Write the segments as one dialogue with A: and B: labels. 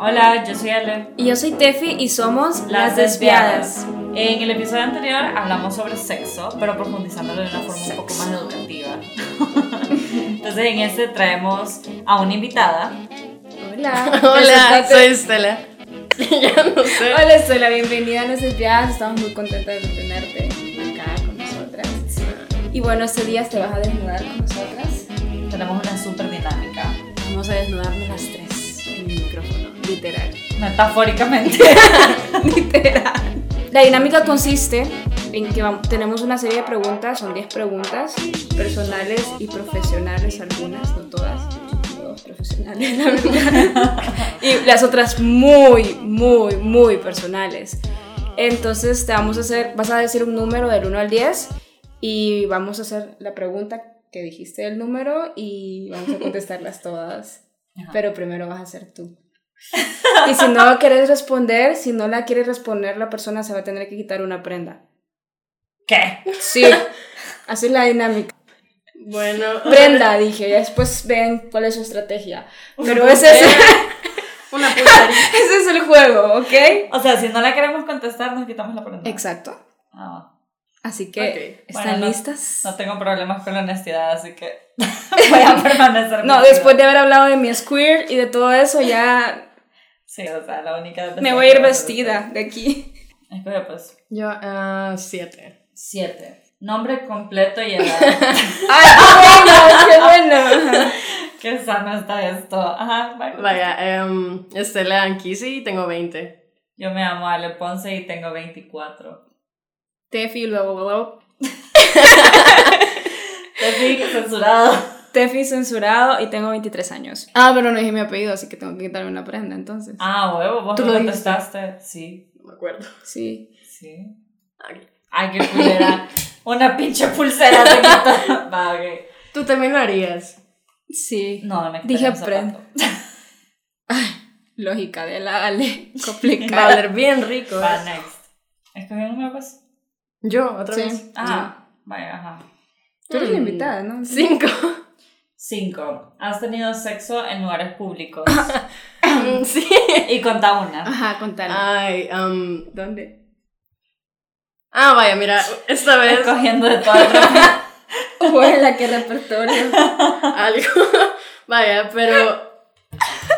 A: Hola, yo soy Ale.
B: Y yo soy Tefi y somos Las, Desviadas.
A: En el episodio anterior hablamos sobre sexo, pero profundizándolo de una forma un poco más educativa. Entonces en este traemos a una invitada.
B: Hola.
C: Hola,
B: Preséntate.
C: soy Estela. ya no sé.
B: Hola, Estela, bienvenida a Las Desviadas. Estamos muy contentas de tenerte acá con nosotras. Y bueno, este día te vas a desnudar con nosotras.
A: Tenemos una súper dinámica.
C: Vamos a desnudarnos las tres en el micrófono, literal.
A: Metafóricamente.
B: La dinámica consiste en que vam- tenemos una serie de preguntas, son 10 preguntas, personales y profesionales algunas, no todas, todas profesionales, la verdad. y las otras muy, muy, muy personales. Entonces te vamos a hacer, vas a decir un número del 1 al 10 y vamos a hacer la pregunta que dijiste el número y vamos a contestarlas todas.
A: Ajá.
B: Pero primero vas a ser tú. Y si no quieres responder, si no la quieres responder, la persona se va a tener que quitar una prenda.
A: ¿Qué?
B: Sí, así es la dinámica.
C: Bueno,
B: Prenda, dije, ya después ven cuál es su estrategia. Pero ese es,
C: una pulserita.
B: ese es el juego, ¿ok?
A: O sea, si no la queremos contestar, nos quitamos la pregunta.
B: Exacto.
A: Ah,
B: Así que,
C: Ok.
B: ¿están
A: Bueno, no-
B: listas?
A: no tengo problemas con la honestidad, así que voy a permanecer.
B: No,
A: contigo.
B: después de haber hablado de mi square y de todo eso, ya
A: Sí, o sea, la única.
B: me voy a ir vestida de aquí.
A: Escoge, pues.
C: Yo, ah, siete.
A: Siete. Nombre completo y edad.
B: ¡Ay, qué bueno! ¡Qué bueno!
A: Qué sano está esto. Ajá, bueno.
C: Vaya, em, Estela Anquisi, tengo 20.
A: Yo me llamo Ale Ponce y tengo 24.
B: Tefi, luego, luego.
A: Te que censurado.
B: Tefi censurado y tengo 23 años. Ah, pero no dije mi apellido, así que tengo que quitarme una prenda entonces.
A: Ah, huevo, vos
C: Tú
A: lo
C: lo dijiste.
A: contestaste. Sí,
C: No me acuerdo.
B: Sí.
A: sí.
C: Ok.
A: Ay, qué culera. Una pinche pulsera te quitó. Va, ok.
C: Tú también lo harías.
B: Sí.
A: No, no me quité
B: Dije
A: un zapato.
B: Lógica de la Ale.
C: Va a
B: Complicada.
C: oler bien rico. ¿eh?
A: Va, next. ¿Escogí un número, pues?
C: Yo, otra
B: Sí.
C: vez.
A: Ah, vaya, ajá.
B: Tú eres la
C: Mm.
B: invitada, ¿no?
C: Cinco.
A: Cinco. ¿Has tenido sexo en lugares públicos?
C: Mm, sí.
A: y contá una.
B: Ajá, contale.
C: Ay, em,
B: Ah, ¿Dónde?
C: ah, vaya, mira, esta vez
A: Escogiendo de todo el rato.
B: Hola, qué repertorio.
C: algo. Vaya, pero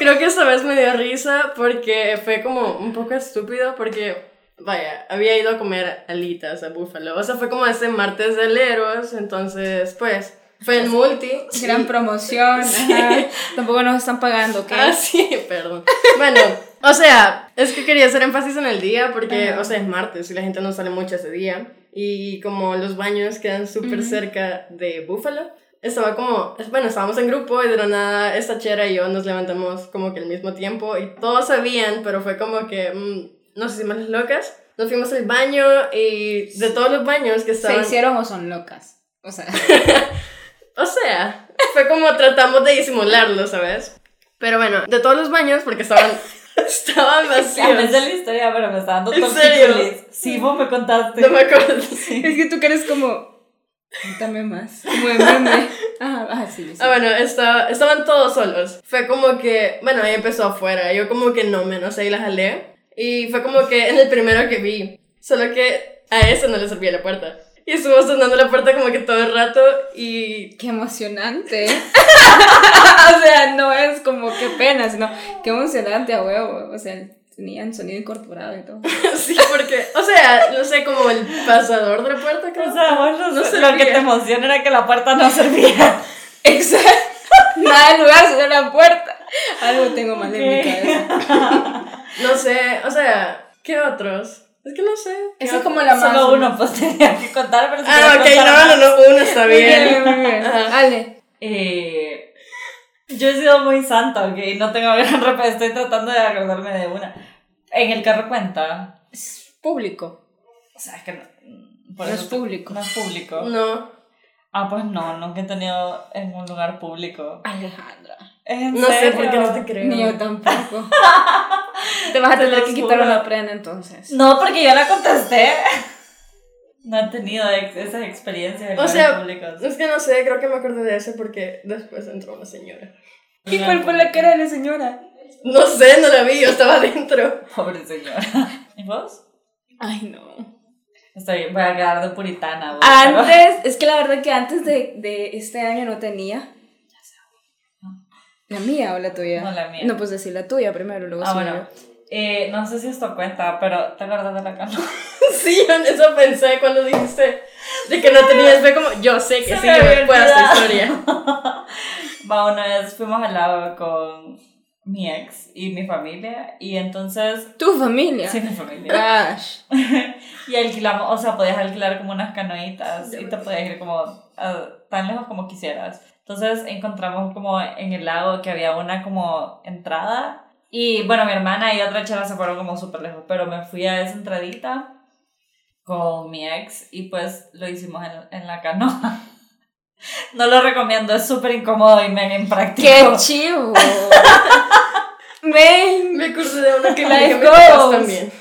C: creo que esta vez me dio risa porque fue como un poco estúpido porque, vaya, había ido a comer alitas a Búfalo. O sea, fue como este martes de Leros, entonces, pues, fue el multi.
B: Gran promoción. Ajá. Tampoco nos están pagando, ¿ok?
C: Ah, sí, perdón. Bueno, o sea, es que quería hacer énfasis en el día porque, o sea, es martes y la gente no sale mucho ese día. Y como los baños quedan súper cerca de Búfalo, estaba como, bueno, estábamos en grupo y de la nada esta chera y yo nos levantamos como que al mismo tiempo y todos sabían, pero fue como que, mm, nos hicimos las locas. Nos fuimos al baño y de todos los baños
B: ¿Se
C: que estaban...
B: hicieron o son locas? O sea,
C: O sea, fue como tratamos de disimularlo, ¿sabes? Pero bueno, de todos los baños, porque estaban, estaban
A: Sí, me
C: vacíos.
A: sé la historia, pero me está dando
C: ¿En
A: tortícolis.
C: serio?
A: Sí, vos me contaste.
C: No me acuerdo.
B: es que tú quieres como. Cuéntame más. Como de meme. Ajá, ajá, sí, sí.
C: Ah, bueno, estaba- estaban todos solos. Fue como que, bueno, ella empezó afuera, yo como que no menos, ahí la jalé. Y fue como que en el primero que vi, solo que a eso no le servía la puerta. Y estuvo sonando la puerta como que todo el rato y...
B: Qué emocionante. o sea, no es como qué pena, sino qué emocionante a huevo. O sea, tenían sonido incorporado y todo.
C: Sí, porque, o sea, no sé, como el pasador de la puerta, creo.
A: O sea, vos no,
C: No
A: sé,
C: servía.
A: lo que te emociona era que la puerta no servía.
B: Exacto. Nada de lugar, solo la puerta. Algo tengo mal en mi
A: Ok.
B: cabeza.
C: No sé, o sea, ¿qué otros? Es que no sé.
B: Esa es como la más.
A: Solo uno, pues tenía que contar, pero si
C: Ah,
A: quieres
C: ok,
A: contar más.
C: no, no, no, uno está
B: Muy bien,
C: bien.
B: muy bien.
C: Ajá.
B: Ale.
A: Eh, yo he sido muy santa, ok, no tengo gran rep, estoy tratando de acordarme de una. En el carro cuenta.
B: Es público.
A: O sea, es que no. por
B: No es
A: eso te-
B: público.
A: No es público.
C: No,
A: Ah, pues no, nunca he tenido en un lugar público.
B: Alejandra.
A: ¿Es en
C: no sé por qué
A: serio?
C: no te creo.
B: Ni yo tampoco. Te vas a
A: Te
B: tener
A: lo
B: que quitar
A: juro.
B: una prenda entonces.
A: No, porque yo la contesté. No he tenido ex- esas experiencias en
C: O
A: lugares
C: sea,
A: públicos.
C: Es que no sé, creo que me acordé de ese porque después entró una señora.
B: ¿Y cuál fue la cara de la señora?
C: No sé, no la vi, yo estaba adentro.
A: Pobre señora. ¿Y vos?
B: Ay, no.
A: Está bien, voy a quedar de puritana. vos, pero-
B: Antes, es que la verdad que antes de, de este año no tenía. ¿La mía o la tuya?
A: No, la mía.
B: No, pues decir la tuya primero, luego
A: Ah,
B: sigo
A: bueno.
B: yo.
A: Eh, no sé si esto cuenta, pero ¿te acuerdas de la canción?
C: Sí, yo en eso pensé cuando dijiste de que no tenías fe como, yo sé que
A: Se
C: sí,
A: me
C: yo
A: había
C: me puedo esta
A: olvidado.
C: historia.
A: Va, una vez fuimos al lago con mi ex y mi familia, y entonces.
B: ¿Tu familia?
A: Sí, mi
C: Ah,
A: familia.
B: Gosh.
A: y alquilamos, o sea, podías alquilar como unas canoitas y te podías ir como a- tan lejos como quisieras. Entonces encontramos como en el lago que había una como entrada. Y bueno, mi hermana y otra chava se fueron como súper lejos, pero me fui a esa entradita con mi ex y pues lo hicimos en, en la canoa. No lo recomiendo, es súper incómodo y mega impráctico.
B: ¡Qué chivo! Men.
C: Me acordé de una que implica a
B: Life
C: mis papás
B: goals.
C: también.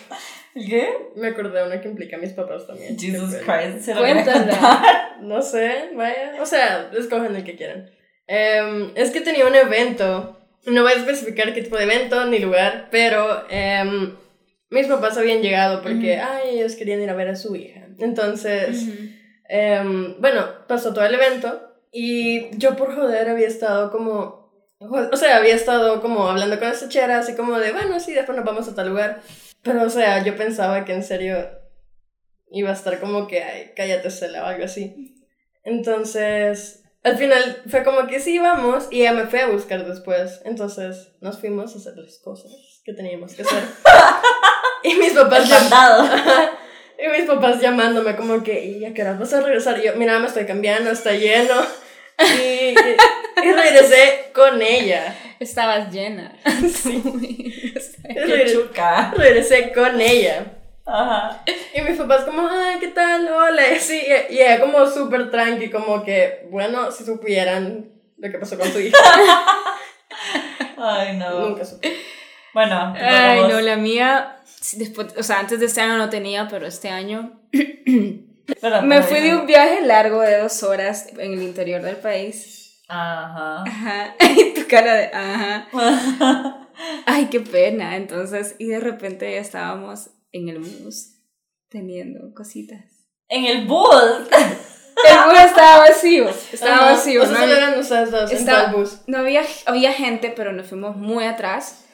A: ¿Qué?
C: Me acordé de una que implica a mis papás también.
A: Jesus
C: Qué pena.
A: Christ, se lo quería contar.
B: Cuéntala.
C: No sé, vaya. O sea, escogen el que quieran. Em, es que tenía un evento. No voy a especificar qué tipo de evento ni lugar, pero em, mis papás habían llegado porque,
B: Ujú.
C: ay, ellos querían ir a ver a su hija. Entonces, em, bueno, pasó todo el evento y yo por joder había estado como, o sea, había estado como hablando con esta chera, así como de, bueno, sí, después nos vamos a tal lugar. Pero, o sea, yo pensaba que en serio iba a estar como que, ay, cállate, Cela, o algo así. Entonces, al final fue como que sí, vamos, y ella me fue a buscar después. Entonces, nos fuimos a hacer las cosas que teníamos que hacer. y mis papás
A: El
C: ya-
A: mandado.
C: y mis papás llamándome como que, ¿y a qué hora vas a regresar? Y yo, mira, me estoy cambiando, está lleno. Y, y regresé con ella.
B: Estabas llena. Sí.
A: Qué chuca.
C: Regresé con ella.
A: Ajá.
C: Y mis papás como, ay, ¿qué tal? Hola. Y así, y, y ella como súper tranqui, como que, bueno, si supieran lo que pasó con tu hija.
A: Ay, no.
C: Nunca supe.
A: Bueno, te toca a
B: Ay,
A: vos.
B: no, la mía. sí, Después, o sea, antes de este año no tenía, pero este año.
A: Espera,
B: Me
A: pero
B: fui de
A: dime.
B: un viaje largo de dos horas en el interior del país.
A: Ajá.
B: Ajá. Y tu cara de. Ajá. Ay, qué pena. Entonces, y de repente ya estábamos en el bus teniendo cositas.
A: en el bus.
B: El bus estaba vacío. Estaba
C: Ajá.
B: vacío.
C: Ah, O
B: no
C: sea, solo
B: había-
C: eran ustedes dos en
B: Estaba-
C: todo el bus.
B: no había, había gente, pero nos fuimos muy atrás.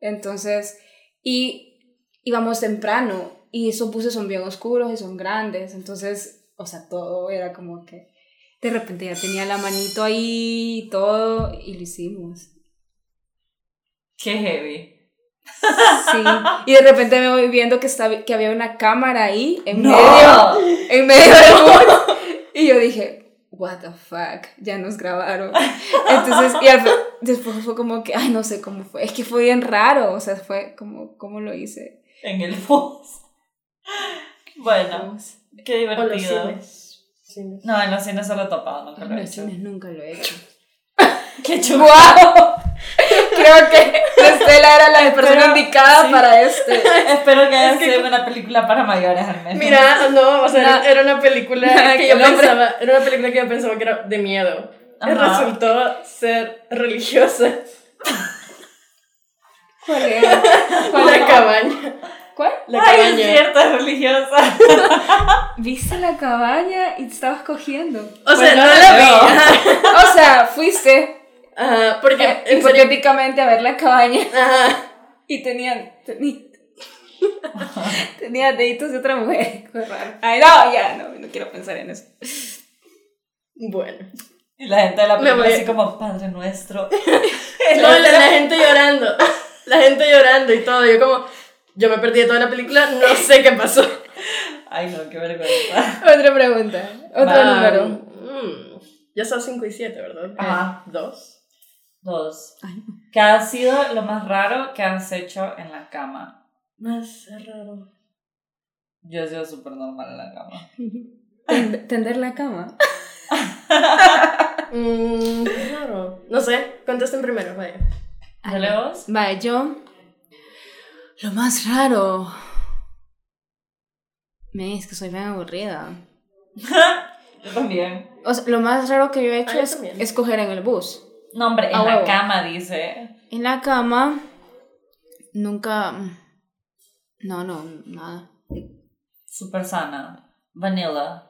B: Entonces, y íbamos temprano. Y esos buses son bien oscuros y son grandes. Entonces, o sea, todo era como que de repente ya tenía la manito ahí y todo. Y lo hicimos.
A: Qué heavy.
B: Sí. Y de repente me voy viendo que, estaba, que había una cámara ahí en
A: No.
B: medio. En medio del bus. Y yo dije. What the fuck, ya nos grabaron. Entonces, y al- después fue como que, ay, no sé cómo fue. Es que fue bien raro, o sea, fue como, ¿cómo lo hice?
A: En el bus. Bueno, qué
C: O los
A: divertido.
C: cines. Cines.
A: No, en los cines solo he topado, nunca lo he
B: Los
A: hecho.
B: cines nunca lo he hecho.
A: Qué chulo.
B: ¡Wow! Creo que Estela era la persona
A: Pero,
B: indicada
A: sí.
B: para este.
A: Espero que haya
C: Es que-
A: sido una película para mayores al menos.
C: Mira, no, o sea, era- era una película
B: Nada
C: que
B: que
C: yo
B: ver.
C: pensaba, era una película que yo pensaba que era de miedo. Y
A: Ajá.
C: Resultó ser religiosa.
B: ¿Cuál era? ¿Cuál
C: La
B: era?
C: cabaña.
B: ¿Cuál?
C: La
A: Ay, es
C: cabaña.
A: cierto, es religiosa.
B: Viste la cabaña y te estabas cogiendo.
C: O sea,
A: Pues
C: no
A: no
C: la
A: la
C: vi.
A: veo.
C: Ajá.
B: O sea, fuiste
C: Ajá, porque
B: eh,
C: en serio.
B: hipotéticamente a ver la cabaña
C: Ajá.
B: y tenían. teni- Tenía deditos de otra mujer. Fue raro. Ay, no, ya, no, no quiero pensar en eso.
C: Bueno.
A: Y la gente de la
C: Me
A: película
C: voy.
A: así como, Padre Nuestro.
C: No, la, la gente llorando. La gente llorando y todo. Yo como. Yo me perdí de toda la película, no sé qué pasó.
A: Ay, no, qué vergüenza.
B: Otra pregunta, otro
A: Va.
B: número.
C: Ah, Mm, ya son 5 y 7, ¿verdad?
A: Ajá.
C: 2.
A: Dos.
B: Ay.
A: ¿Qué ha sido lo más raro que has hecho en la cama?
C: Más raro.
A: Yo he sido súper normal en la cama.
B: Tend- Tender la cama.
C: Mmm, raro. No sé, contesten primero, vaya.
A: ¿Dale vos?
B: Vale, yo. Lo más raro. Me, es que soy bien aburrida.
A: Yo también.
B: O sea, lo más raro que yo he
C: Ah,
B: hecho
C: yo
B: es,
C: también.
B: es coger en el bus.
A: No, hombre, en
B: A
A: la
B: huevo.
A: cama dice.
B: En la cama. Nunca. mm, No, no, nada.
A: Super sana. Vanilla.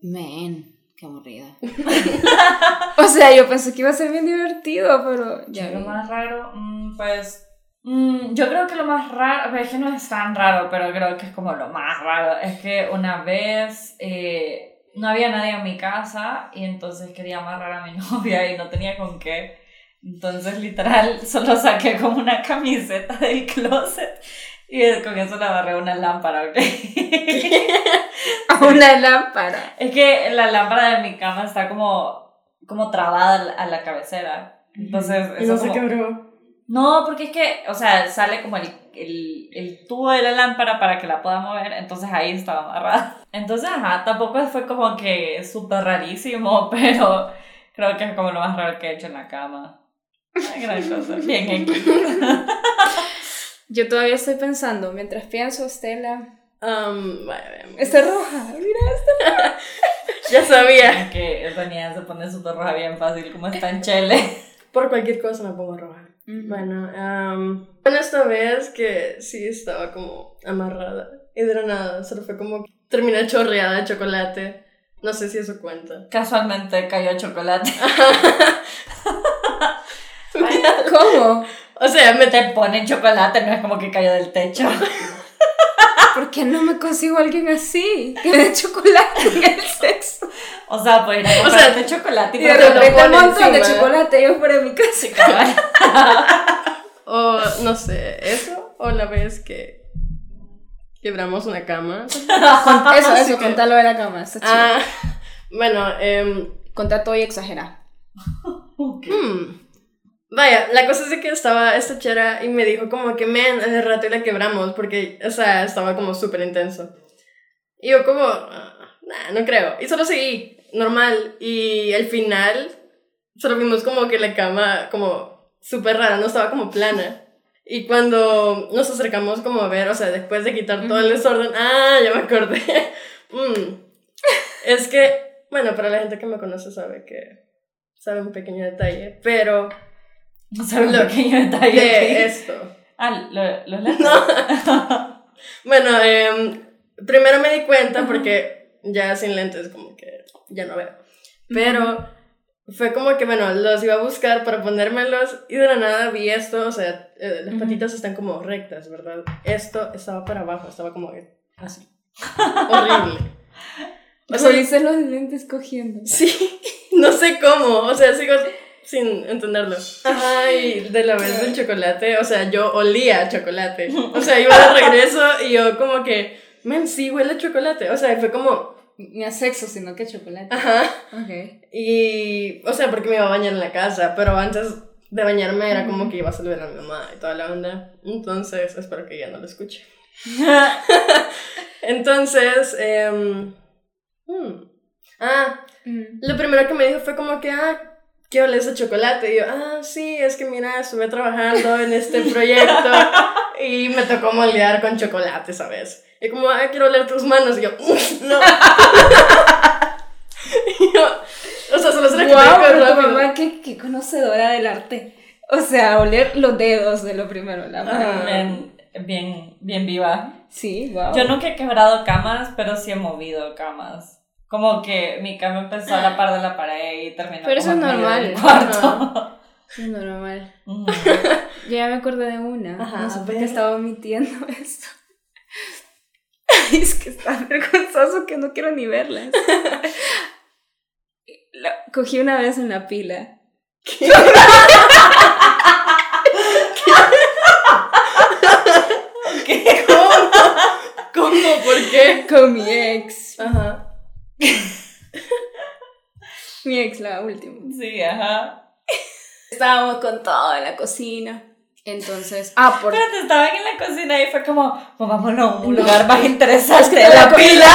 B: Men, qué aburrida. o sea, yo pensé que iba a ser bien divertido, pero ya.
A: Lo
B: vi.
A: más raro, mm, pues. mm, yo creo que lo más raro, pues, es que no es tan raro, pero creo que es como lo más raro. Es que una vez eh, no había nadie en mi casa y entonces quería amarrar a mi novia y no tenía con qué. Entonces, literal, solo saqué como una camiseta del closet y con eso la amarré a una lámpara, ¿ok?
B: A una lámpara.
A: Es que la lámpara de mi cama está como, como trabada a la- a la cabecera. Entonces,
C: Y
A: eso
C: no se
A: como-
C: quebró.
A: No, porque es que, o sea, sale como el, el, el tubo de la lámpara para que la pueda mover, entonces ahí estaba amarrada. Entonces, ajá, tampoco fue como que súper rarísimo, pero creo que es como lo más raro que he hecho en la cama. Ay, gran cosa, bien X.
B: Yo todavía estoy pensando, mientras pienso, Estela.
C: Um, vaya, veamos.
B: Está roja, mira.
C: Ya sabía.
A: Como que esa niña se pone súper roja bien fácil, como está en Chele.
C: Por cualquier cosa me pongo roja. Bueno, am, bueno, esta vez que sí estaba como amarrada y drenada, solo fue como que terminé chorreada de chocolate. No sé si eso cuenta.
A: Casualmente cayó chocolate.
B: ¿Cómo?
C: o sea, me
A: Te ponen chocolate, no es como que cayó del techo.
B: ¿Por qué no me consigo a alguien así? Que me dé chocolate en el sexo.
A: O sea, pues ir a
C: O sea,
A: comprarte chocolate y
B: Y de
C: te lo
A: comprarlo
B: repente un
C: pone
B: montón de
C: encima.
B: chocolate yo fuera de mi casa.
A: cabal.
C: O no sé, eso o la vez que quebramos una cama.
B: Con- Eso,
C: Así
B: eso,
C: que-
B: contalo de la cama. Está chido.
C: Ah, bueno, em,
B: Contá todo y exagera.
A: Ok.
C: hmm. vaya, la cosa es de que estaba esta chera y me dijo como que, men, hace rato y la quebramos porque, o sea, estaba como súper intenso. Y yo como, "Ah, nah, no creo. Y solo seguí, normal. Y al final, solo vimos como que la cama, como súper rara, no estaba como plana. Y cuando nos acercamos como a ver, o sea, después de quitar todo el desorden, ah, ya me acordé. Mm. Es que, bueno, para la gente que me conoce sabe que sabe un pequeño detalle, pero
A: O sea, un
C: Lo-
A: pequeño detalle. que-
C: de esto.
A: Ah, lo- los lentes.
C: Bueno, em, primero me di cuenta porque ya sin lentes como que ya no veo. Pero fue como que, bueno, los iba a buscar para ponérmelos y de la nada vi esto, o sea, eh, las
A: Ujú.
C: patitas están como rectas, ¿verdad? Esto estaba para abajo, estaba como que así. Horrible. O sea,
B: Soliste los lentes cogiendo.
C: sí, no sé cómo, o sea, sigo sin entenderlo. Ajá, y de la vez del chocolate, o sea, yo olía a chocolate. O sea, iba de regreso y yo como que, men, sí huele a chocolate. O sea, fue como,
B: Ni a sexo, sino que a chocolate.
C: ajá.
B: Ok.
C: Y, o sea, porque me iba a bañar en la casa, pero antes de bañarme era como que iba a saludar a mi mamá y toda la onda. Entonces, espero que ya no lo escuche. Entonces, em, hmm. ah,
B: Mm.
C: lo primero que me dijo fue como que, ah, ¿qué oles a chocolate? Y yo, ah, sí, es que mira, estuve trabajando en este proyecto y me tocó moldear con chocolate, ¿sabes? Y como, ah, quiero oler tus manos. Y yo, "Uf, no. y yo, o sea, solo se lo quité
B: Wow,
C: pero
B: pero tu
C: rápido.
B: mamá, qué, qué conocedora del arte. O sea, oler los dedos de lo primero, la
C: Ah.
B: mano.
A: bien, bien, bien viva.
B: Sí, wow.
A: Yo nunca he quebrado camas, pero sí he movido camas. Como que mi cama empezó a la par de la pared y terminó
B: Pero eso
A: como
B: es
A: en medio
B: normal.
A: del cuarto.
B: Es normal.
A: Mm.
B: Yo ya me acordé de una.
C: Ajá,
B: no sé
C: a
B: por qué
C: ver.
B: estaba omitiendo esto. Ay, es que está vergonzoso que no quiero ni verlas. Lo cogí una vez en la pila.
C: ¿Cómo? ¿Cómo? ¿Por qué?
B: Con mi ex.
C: Ajá.
B: Mi ex, la última.
A: Sí, ajá.
B: Estábamos con todo en la cocina. Entonces. Ah, por.
A: Pero te estaban en la cocina y fue como, pues vámonos a un
B: No.
A: lugar más interesante.
B: Es
A: la
B: que la co-
A: pila.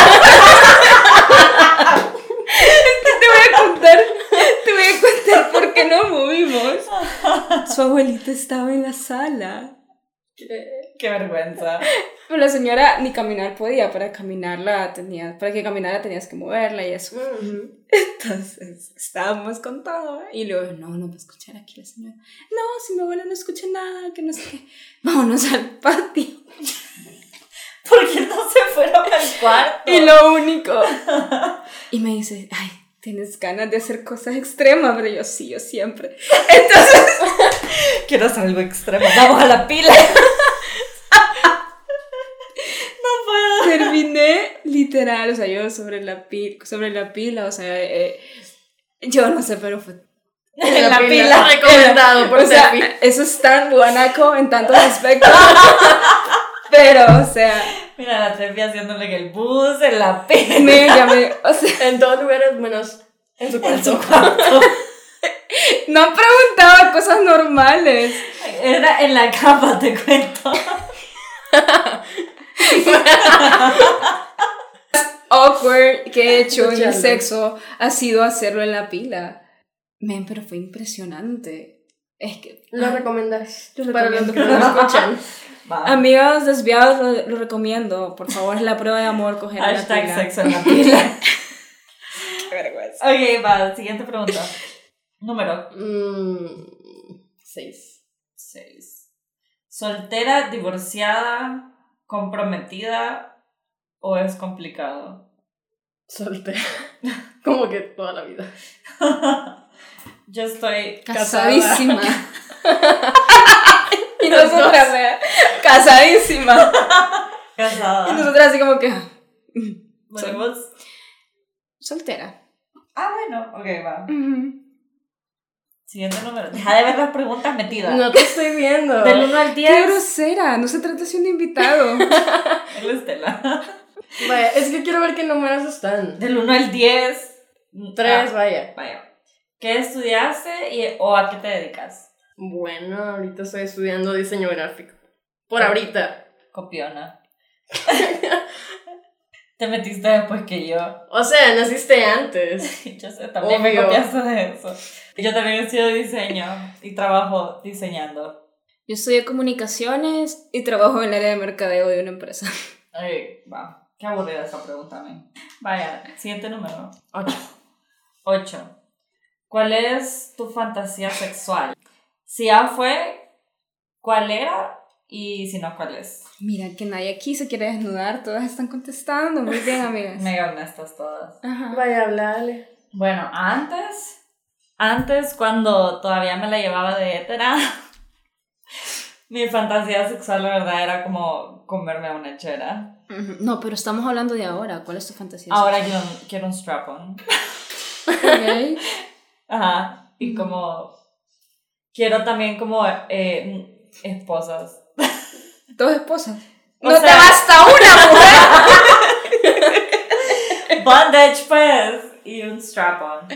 B: Te voy a contar. Te voy a contar por qué nos movimos. Su abuelita estaba en la sala.
A: Qué vergüenza.
B: Pero la señora ni caminar podía, para caminarla tenía, para que caminara tenías que moverla y eso.
C: Ujú.
B: Entonces estábamos con todo ¿eh? y luego, no, no va a escuchar aquí la señora. No, si mi abuela no escucha nada, que no sé qué. Vámonos al patio.
A: ¿Por qué no se fueron al cuarto?
B: Y lo único. Y me dice, ay, tienes ganas de hacer cosas extremas, pero yo sí, yo siempre. Entonces,
A: Quiero hacer algo extremo. Vamos a la pila.
B: terminé literal, o sea, yo sobre la pila, sobre la pila, o sea, eh, yo no sé, pero fue...
A: En la pila.
C: Recomendado por
B: o sea,
C: Tefi.
B: eso es tan guanaco en tantos aspectos. pero, o sea,
A: Mira, la Tefi haciéndole en el bus, en la pila.
B: me llamé, o sea,
C: En todos lugares menos en su
A: En
C: cuarto.
A: su cuarto.
B: no preguntaba cosas normales.
A: Era en la cama, te cuento.
B: awkward que he hecho en el
C: Escuchando.
B: sexo ha sido hacerlo en la pila. Men, pero fue impresionante. Es que.
C: Lo recomendas
B: Lo
C: para los que
B: recomiendo.
C: no lo escuchan.
B: Ah.
A: Va.
B: Amigos desviados, lo, lo recomiendo. Por favor, es la prueba de amor coger en la
A: Hashtag
B: pila.
A: sexo en la pila.
B: Qué vergüenza.
A: Ok, va, siguiente pregunta. Número
C: Mm, seis.
A: 6. ¿Soltera, divorciada, comprometida o es complicado?
C: Soltera. Como que toda la vida.
A: Yo estoy.
B: Casadísima. y
C: Los
B: nosotras,
C: dos.
B: vea, casadísima. Y
A: Casada.
B: nosotras, así como que. ah,
A: Bueno, ¿vos?
B: Soltera.
A: Ah, bueno, ok, va.
B: Ujú.
A: Siguiente número. Deja de ver las preguntas metidas.
C: No te estoy viendo.
A: Del 1 al
B: Qué
A: 10.
B: grosera. No se trata de un invitado.
A: Él es Estela.
C: Vaya, es que quiero ver qué números están.
A: Del 1 al 10.
C: Tres,
A: Ah,
C: vaya.
A: vaya. ¿Qué estudiaste y, o a qué te dedicas?
C: Bueno, ahorita estoy estudiando diseño gráfico.
A: Ah.
C: Por ahorita.
A: Copiona. te metiste después que yo.
C: O sea, naciste antes.
A: Yo sé, también me
C: Obvio.
A: copiaste de eso. Yo también estudio diseño y trabajo diseñando.
B: Yo estudié comunicaciones y trabajo en el área de mercadeo de una empresa.
A: Ay, va. Qué aburrida esa pregunta, men. Vaya, siguiente número.
C: Ocho.
A: 8. ¿Cuál es tu fantasía sexual? Si A fue, ¿cuál era? Y si no, ¿cuál es?
B: Mira, que nadie aquí se quiere desnudar, todas están contestando. Muy bien, amigas.
A: Mega honestas todas.
B: Ajá.
C: Vaya, hablale.
A: Bueno, antes, antes cuando todavía me la llevaba de hétera, mi fantasía sexual, la verdad, era como comerme a una chera.
B: Ujú. No, pero estamos hablando de ahora. ¿Cuál es tu fantasía?
A: Ahora quiero, un- quiero un strap-on.
B: Ok.
A: Ajá. Y
B: Ujú.
A: como. Quiero también como eh, esposas.
B: Dos esposas.
A: O
B: no te
A: sea-
B: basta una mujer.
A: Bondage, pues. Y un strap-on.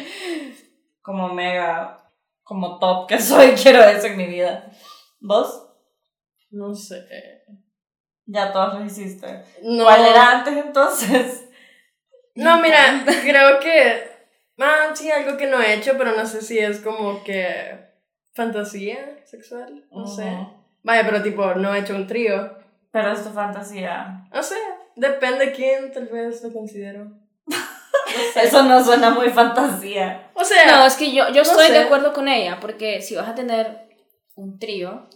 A: Como mega. Como top que soy, quiero eso en mi vida. ¿Vos?
C: No sé.
A: Ya todos lo hiciste.
C: No.
A: ¿Cuál era antes entonces?
C: No, mira, creo que. Ah, sí, algo que no he hecho, pero no sé si es como que. fantasía sexual. No sé.
A: Ujú.
C: Vaya, pero tipo, no he hecho un trío.
A: Pero es tu fantasía.
C: No sé. Depende quién, tal vez lo considero.
A: Eso no suena muy fantasía.
C: O sea.
B: No, es que yo, yo estoy
C: sé.
B: de acuerdo con ella, porque si vas a tener un trío,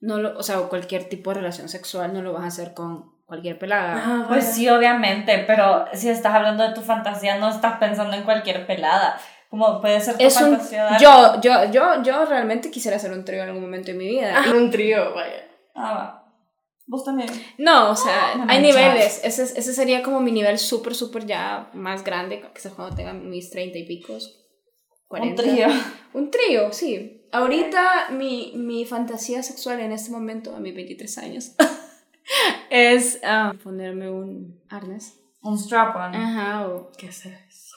B: no lo, o sea, o cualquier tipo de relación sexual, no lo vas a hacer con cualquier pelada.
C: Ah,
A: Pues
C: vaya.
A: sí, obviamente, pero si estás hablando de tu fantasía, no estás pensando en cualquier pelada. Como puede ser tu
B: Es un,
A: fantasía de-
B: yo, yo, yo, yo realmente quisiera hacer un trío en algún momento de mi vida.
C: Ah, Un trío, vaya.
A: Ah, va. Vos también.
B: No, o sea,
A: Ah, No
B: hay
A: manches.
B: niveles. Ese, es- ese sería como mi nivel súper, súper ya más grande, quizás cuando tenga mis treinta y picos. 40.
A: Un trío.
B: Un trío, sí. Ahorita mi, mi fantasía sexual en este momento, a mis 23 años, es ah, ponerme un arnés.
A: Un strap-on.
B: Ajá, o-
C: ¿Qué es eso?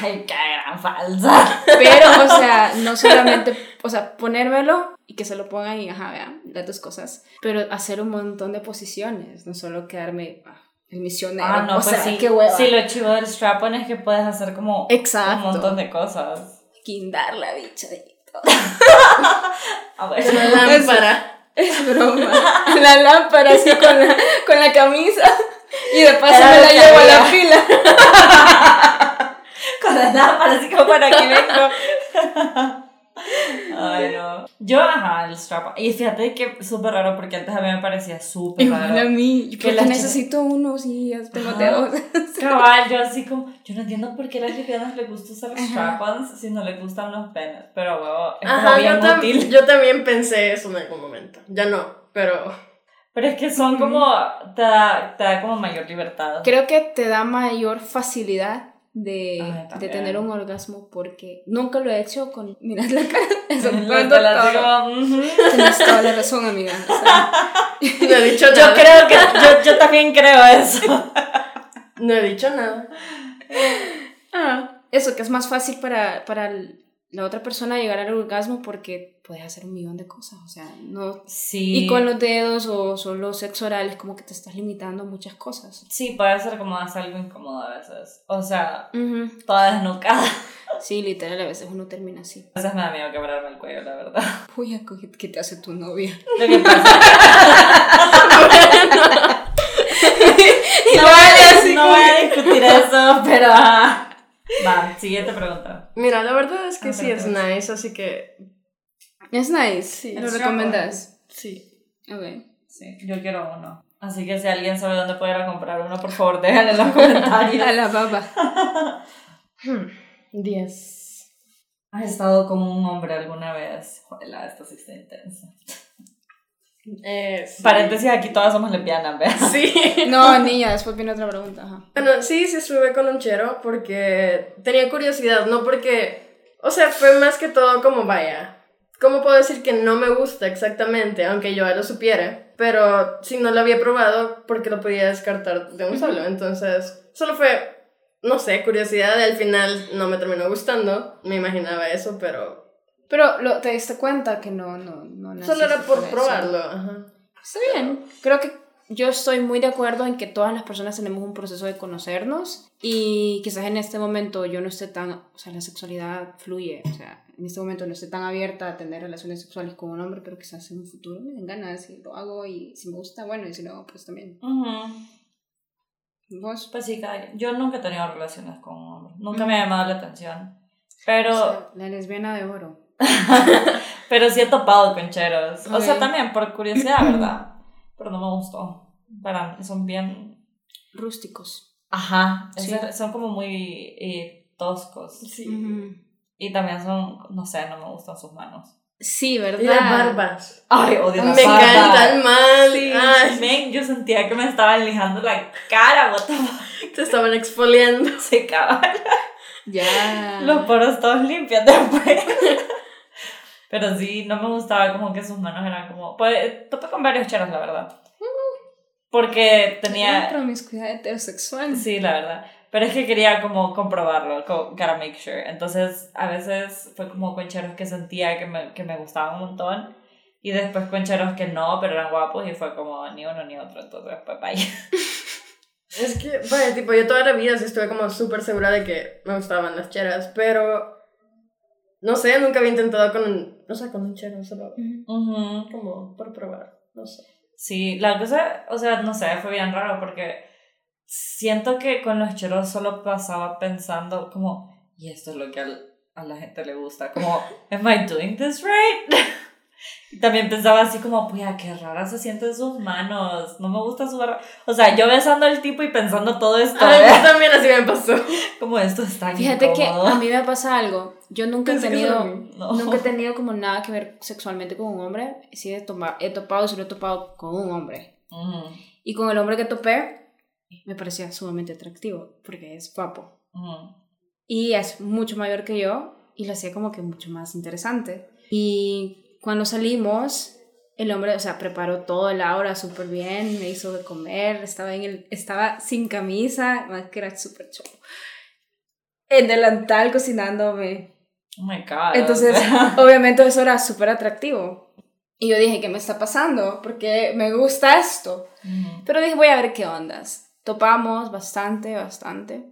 A: Qué, qué gran falsa.
B: Pero, o sea, no solamente, o sea, ponérmelo y que se lo pongan y, ajá, vean, las dos cosas, pero hacer un montón de posiciones, no solo quedarme ah, el misionero.
A: Ah, no,
B: o
A: pues
B: sea,
A: sí.
B: qué hueva.
A: Sí, lo chivo del strap-on es que puedes hacer como un
B: Exacto.
A: montón de cosas.
B: Quindar la bicha de
A: A
C: Una
A: ver.
C: lámpara.
B: Es broma. La lámpara así con la, con la camisa. Y de paso
C: Era
B: me la
C: de
B: llevo a la
C: calidad.
B: fila.
A: Con la lámpara, así como para que vengo. Ay, no. Yo, ajá, el strap. Y fíjate que súper raro porque antes a mí me parecía súper
B: Igual a
A: raro.
B: mí. Yo
A: Que la
B: porque
A: chica-
B: necesito uno, sí, ya tengo
A: Ajá.
B: dedos.
A: Cabal, yo así como, yo no entiendo por qué a las lesbianas les gusta usar strap-ons si no les gustan los penes. Pero, huevo, es como
C: Ajá,
A: bien
C: yo, tam-
A: útil.
C: yo también pensé eso en algún momento. Ya no, pero
A: Pero es que son
B: Ujú.
A: como, te da, te da como mayor libertad.
B: Creo que te da mayor facilidad de,
A: Ay,
B: de
A: también.
B: tener un orgasmo porque nunca lo he hecho con mirar la cara. Eso,
A: Los
B: todo,
A: de las
B: todo.
A: digo, ujú.
B: Tienes toda la razón, amiga. O sea,
C: no he dicho
A: Yo
C: nada.
A: creo que, yo, yo también creo eso.
C: No he dicho nada.
B: ah, eso, que es más fácil para, para el- la otra persona llegar al orgasmo porque puedes hacer un millón de cosas. O sea, no.
A: Sí.
B: Y con los dedos o solo sexo oral es como que te estás limitando muchas cosas.
A: Sí, puede ser como hasta algo incómodo a veces. O sea,
B: Ujú.
A: toda desnucada.
B: Sí, literal, a veces uno termina así.
A: A veces me da miedo quebrarme el cuello, la verdad.
B: Uy, a co- ¿qué te hace tu novia?
A: Lo que pasa no,
B: vaya
A: voy, a- no voy a discutir eso, pero... ah. Va, siguiente pregunta.
C: Mira, la verdad es que
A: Ah,
C: sí
A: pero
C: es
A: te vas.
C: nice, así que
B: Es nice, lo
A: Extra
B: recomendas.
C: sí.
B: Ok.
A: Sí, yo quiero uno. Así que si alguien sabe dónde puede ir a comprar uno, por favor, déjenlo en los comentarios.
B: A la baba.
C: 10.
A: ¿Has estado con un hombre alguna vez? Joder, esta sí está intensa.
C: Eh, sí.
A: Paréntesis, aquí todas somos lesbianas, ¿ves?
C: Sí.
B: No, niña, después viene otra pregunta. Ajá.
C: Bueno, sí, sí estuve con un chero porque tenía curiosidad, no porque, o sea, fue más que todo como vaya. ¿Cómo puedo decir que no me gusta exactamente, aunque yo ya lo supiera? Pero si no lo había probado, porque lo podía descartar de un solo. Entonces, solo fue, no sé, curiosidad. y Al final no me terminó gustando. Me imaginaba eso, pero
B: Pero lo, te diste cuenta que no, no, no.
C: solo
B: naciste
C: era por
B: con eso.
C: probarlo. Ajá.
B: Está bien. Creo que yo estoy muy de acuerdo en que todas las personas tenemos un proceso de conocernos y quizás en este momento yo no esté tan, o sea, la sexualidad fluye, o sea, en este momento no esté tan abierta a tener relaciones sexuales con un hombre, pero quizás en un futuro me den ganas y lo hago y si me gusta, bueno, y si no, pues también.
A: Ujú.
B: Vos,
A: Pues sí, cada quien. Yo nunca he tenido relaciones con un hombre. Nunca me ha llamado la atención. Pero,
B: o sea, la lesbiana de oro.
A: pero sí he topado con cheros. O sea,
B: Ok.
A: también por curiosidad, ¿verdad? Pero no me gustó. Para, son bien.
B: Rústicos.
A: Ajá.
B: Sí.
A: Son como muy eh, toscos.
C: Sí.
B: Ujú.
A: Y también son, no sé, no me gustan sus manos.
B: Sí, ¿verdad?
C: Y las barbas.
A: Ay, odio las
C: me
A: barbas.
C: caen tan mal.
A: Sí,
C: Ay,
A: men, yo sentía que me estaban lijando la cara, what the fuck,
C: te estaban exfoliando.
A: se acaban
B: Ya.
A: los poros todos limpios después. Pero sí, no me gustaba como que sus manos eran como... Pues topé con varios cheros, la verdad. Mm. Porque
B: Una
A: tenía...
B: promiscuidad heterosexual.
A: Sí, la verdad. Pero es que quería como comprobarlo, co- gotta make sure. Entonces, a veces fue como con cheros que sentía que me, que me gustaban un montón. Y después con cheros que no, pero eran guapos. Y fue como ni uno ni otro. Entonces, pues vaya.
C: Es que, vaya, tipo, yo toda la vida sí estuve como súper segura de que me gustaban las cheras, pero no sé, nunca había intentado con un, o sea, con un chero, solo
B: Ujú.
A: Ujú.
C: como por probar, no sé.
A: Sí, la cosa, o sea, no sé, fue bien raro porque siento que con los cheros solo pasaba pensando como, y esto es lo que al- a la gente le gusta, como, am I doing this right? Y también pensaba así como, puya, qué rara se sienten sus manos, no me gusta su barba. O sea, yo besando al tipo y pensando todo esto,
C: A
A: ¿eh?
C: mí también así me pasó.
A: como esto está
B: Fíjate que a
A: incómodo.
B: mí me pasa algo. Yo nunca he
C: Pensé que solo a
B: tenido.
C: mí.
A: No.
B: Nunca he tenido como nada que ver sexualmente con un hombre. Sí he, toma- he topado y solo he topado con un hombre.
A: Ujú,
B: Y con el hombre que topé, me parecía sumamente atractivo, porque es guapo.
A: ujú.
B: Y es mucho mayor que yo y lo hacía como que mucho más interesante. Y cuando salimos, el hombre, o sea, preparó todo la hora súper bien, me hizo de comer, estaba, en el, estaba sin camisa, más que era súper chulo. En delantal cocinándome,
A: Oh my God.
B: entonces, obviamente eso era súper atractivo. Y yo dije, ¿qué me está pasando? Porque me gusta esto.
A: Ujú.
B: Pero dije, voy a ver qué ondas. Topamos bastante, bastante,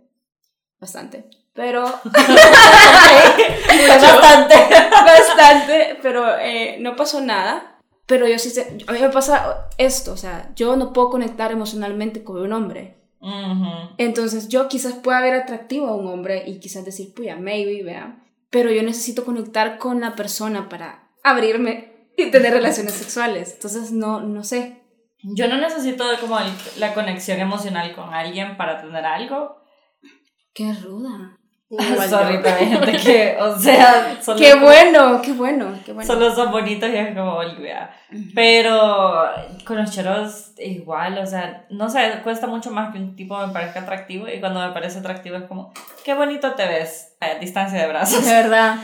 B: bastante. Pero,
A: Fue bastante.
B: bastante, pero eh, no pasó nada. Pero yo sí sé, a mí me pasa esto, o sea, yo no puedo conectar emocionalmente con un hombre.
A: Ujú.
B: Entonces yo quizás pueda ver atractivo a un hombre y quizás decir, puya, maybe, vea. Pero yo necesito conectar con la persona para abrirme y tener relaciones sexuales. Entonces no, no sé.
A: Yo no necesito de como el- la conexión emocional con alguien para tener algo.
B: Qué ruda.
C: Igual yo.
A: Sorry, pero hay gente que, o sea, solo,
B: Qué bueno, qué bueno, qué bueno.
A: solo son bonitos y es como Olivia. Pero con los cheros igual, o sea, no sé, cuesta mucho más que un tipo me parezca atractivo y cuando me parece atractivo es como, qué bonito te ves a distancia de brazos.
B: De verdad.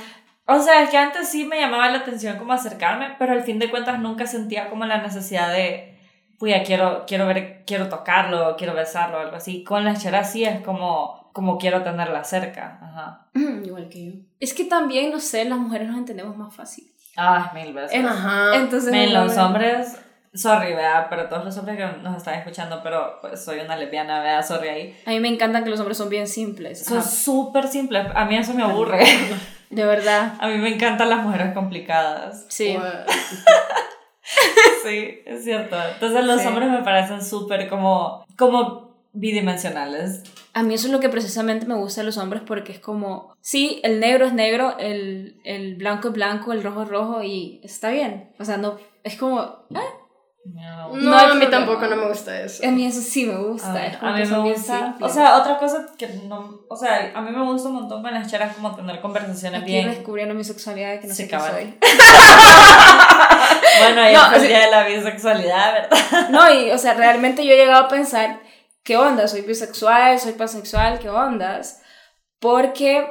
A: O sea, es que antes sí me llamaba la atención como acercarme, pero al fin de cuentas nunca sentía como la necesidad de, puya, quiero, quiero ver, quiero tocarlo, quiero besarlo, algo así. Con las cheras sí es como, como quiero tenerla cerca. Ajá.
B: Igual que yo. Es que también, no sé, las mujeres nos entendemos más fácil.
A: Ah, mil veces.
B: En-
C: Ajá.
B: Entonces,
A: Ah, Men, los
B: bueno,
A: hombres, sorry, vea, pero todos los hombres que nos están escuchando, pero pues soy una lesbiana, vea, sorry ahí.
B: A mí me encantan que los hombres son bien simples.
A: Son
B: Ajá.
A: súper simples, a mí eso me aburre.
B: De verdad.
A: A mí me encantan las mujeres complicadas.
B: Sí.
C: Bueno,
A: Sí, es cierto. Entonces los
B: Sí.
A: hombres me parecen súper como, como bidimensionales.
B: A mí eso es lo que precisamente me gusta de los hombres porque es como, sí, el negro es negro, el, el blanco es blanco, el rojo es rojo y está bien. O sea, no, es como,
A: No.
C: No,
B: No hay
C: a mí
B: problema.
C: tampoco no me gusta eso.
B: a mí eso sí me gusta. es
A: A,
B: como
A: a
B: que
A: mí me
B: son bien
A: gusta. O
B: simples.
A: sea, otra cosa que no. O sea, a mí me gusta un montón con las cheras como tener conversaciones
B: aquí
A: bien.
B: descubriendo mi sexualidad de que no
A: Sí,
B: sé qué
A: cabal.
B: soy.
A: Bueno, ahí
B: No,
A: fue el
B: sí.
A: día de la bisexualidad, ¿verdad?
B: No, y o sea, realmente yo he llegado a pensar, ¿qué onda? Soy bisexual, soy pansexual, ¿qué ondas? Porque,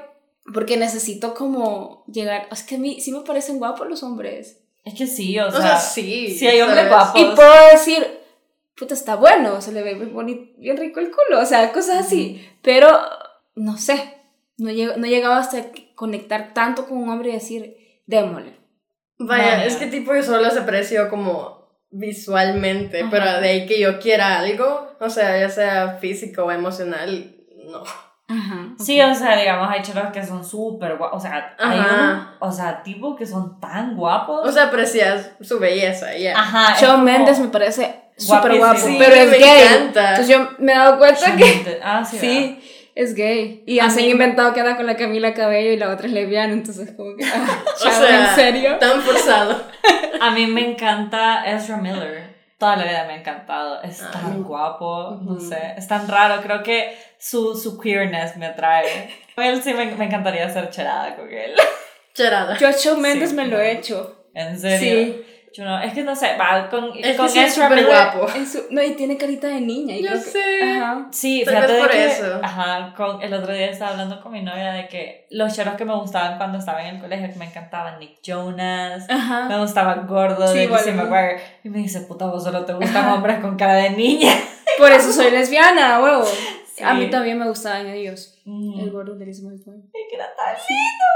B: porque necesito como llegar, es que a mí sí me parecen guapos los hombres.
A: Es que sí, o
C: O
A: sea.
C: sea, sí.
A: sí hay hombres
C: ¿sabes?
A: guapos.
B: Y puedo decir, puta, está bueno, se le ve bien, boni- bien rico el culo, o sea, cosas así, pero no sé, no, llego- no he llegado hasta conectar tanto con un hombre y decir, démosle.
C: Vaya,
A: Vaya.
C: es que tipo yo solo las aprecio como visualmente,
B: Ajá.
C: pero de ahí que yo quiera algo, o sea, ya sea físico o emocional, no.
B: Ajá.
A: Sí, o sea, digamos, hay cheros que son súper guapos. O sea, hay
C: Ajá.
A: unos, o sea, tipos que son tan guapos.
C: O sea, aprecias su belleza, ya.
A: Ajá. es
B: Shawn
A: como-
B: Mendes me parece súper guapo,
A: Guapísimo.
B: pero es
C: me
B: gay.
C: encanta.
B: Entonces yo me he dado cuenta que
A: Ah, sí. ¿verdad?
B: Sí, es gay. Y
A: A
B: hacen
A: mí-
B: inventado que anda con la Camila Cabello y la otra es lesbiana, entonces como que... ah,
C: o
B: chavo,
C: sea,
B: ¿En serio?
C: tan forzado.
A: A mí me encanta Ezra Miller. Toda la vida me ha encantado. Es
C: Ah.
A: tan guapo, no
C: Ujú.
A: sé. Es tan raro. Creo que su, su queerness me atrae. Él sí me, me encantaría ser cherada con él.
C: Charada.
B: Yo a Shawn Mendes
A: Sí,
B: me lo
A: no.
B: he hecho.
A: En serio.
B: Sí.
A: Yo no- es que no sé, va, con,
C: Es
A: con
C: que sí es
A: Ezra
C: súper
A: Miller.
C: guapo.
B: Es su- No, y tiene carita de niña. y
C: Yo
B: creo que-
C: sé.
B: Ajá.
A: Sí,
C: Tal
A: fíjate
C: vez
A: de
C: por
A: que,
C: eso.
A: ajá, con, el otro día estaba hablando con mi novia de que los cheros que me gustaban cuando estaba en el colegio, que me encantaban Nick Jonas,
B: Ajá.
A: me gustaba Gordo,
B: Sí,
A: de
B: igual
A: Lizzie
B: a mí.
A: McGuire, y me dice, puta, vos solo te gustan
B: Ajá.
A: hombres con cara de niña.
B: Por eso soy lesbiana, huevo.
A: Sí.
B: A mí también me gustaban ellos.
A: Mm.
B: El gordo de Lizzie McGuire.
A: Y que era tan lindo.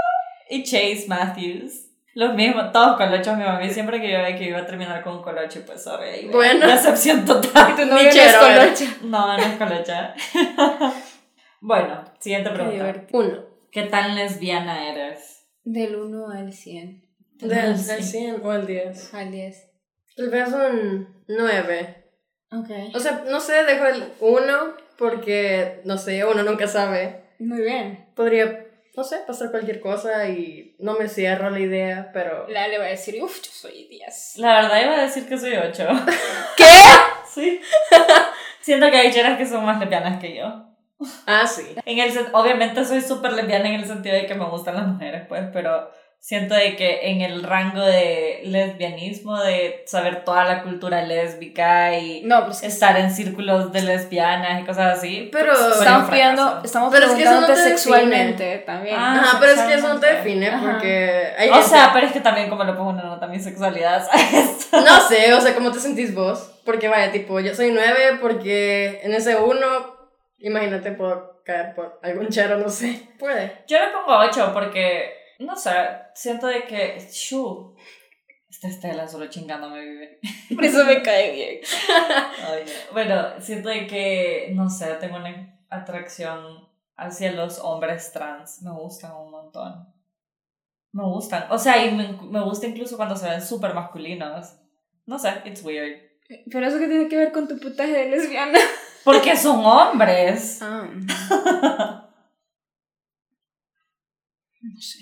A: Y Chase Matthews. Los mismos, todos colochos. Mi mami siempre que yo veía que iba a terminar con un colocho, pues sorry. ahí,
C: Bueno.
A: Decepción total.
B: Tu
C: Ah, Ni
B: novio no es
C: chero, ¿verdad?
B: colocha.
A: No, no es colocha. bueno, siguiente
B: Qué
A: pregunta.
B: divertido.
C: Uno.
A: ¿Qué tan lesbiana eres?
B: Del 1 al 100.
C: Del,
A: Sí.
C: del 100 o el 10.
B: Al 10.
C: Tal vez un 9.
B: Ok.
C: O sea, no sé, dejo el 1 porque, no sé, uno nunca sabe.
B: Muy bien.
C: Podría, no sé, pasar cualquier cosa y no me cierro la idea, pero...
B: La le va a decir, uff, yo soy 10.
A: La verdad iba a decir que soy 8.
B: ¿Qué?
A: sí. Siento que hay cheras que son más lesbianas que yo.
C: Ah, sí.
A: En el, sen- obviamente soy súper lesbiana en el sentido de que me gustan las mujeres, pues, pero siento de que en el rango de lesbianismo, de saber toda la cultura lésbica y
B: No, pues
A: estar en círculos de lesbianas y cosas así. pues,
C: Pero...
A: Soy
B: Estamos
A: un fracaso.
B: pidiendo, estamos
C: Pero es que eso no
B: preguntándote
C: te define.
B: sexualmente también.
A: Ah.
C: Ajá, pero es que eso no te
A: sexualmente.
C: define
B: Ajá.
C: porque... hay
A: O
C: gente-
A: sea, pero es que también como lo pongo una nota a mi sexualidad, ¿sabes?
C: No sé, o sea, ¿cómo te sentís vos? Porque vaya, tipo, yo soy 9 porque en ese 1, imagínate, puedo caer por algún chero, no sé. Puede.
A: Yo le pongo 8 porque, no sé, siento de que, shu, esta Estela solo chingándome vive.
B: Por eso me cae bien.
A: Ay, no. Bueno, siento de que, no sé, tengo una atracción hacia los hombres trans. Me gustan un montón. Me gustan. O sea, y me, me gusta incluso cuando se ven súper masculinos. No sé, it's weird.
B: Pero eso que tiene que ver con tu putaje de lesbiana.
A: Porque son hombres.
B: Ah. No sé.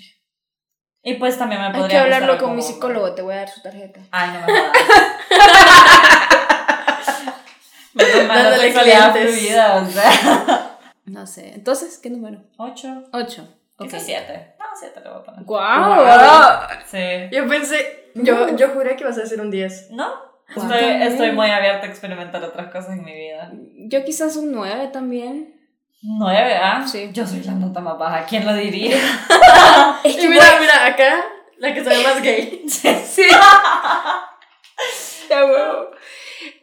A: Y pues también me
B: Hay
A: podría
B: que hablarlo
A: gustar
B: con
A: como
B: mi
A: hombre.
B: psicólogo, te voy a dar su tarjeta.
A: Ay, no me jodas. Menos mal, no
C: Dándole
A: sexualidad
C: clientes.
A: fluida, o sea.
B: No sé. Entonces, ¿qué número?
A: Ocho.
B: 8.
A: Quizás siete. No, siete le voy a poner.
B: ¡Guau!
C: Guau.
A: Sí.
C: Yo pensé, yo, yo juré que ibas a decir un 10.
A: No,
B: Guau.
A: estoy, estoy muy abierta a experimentar otras cosas en mi vida.
B: Yo quizás un 9 también.
A: Nueve, ¿ah?
B: Sí.
A: Yo soy la nota más baja. ¿Quién lo diría?
B: Es
C: Y mira, mira, acá, la que se ve más gay.
B: Sí. Ya, huevo.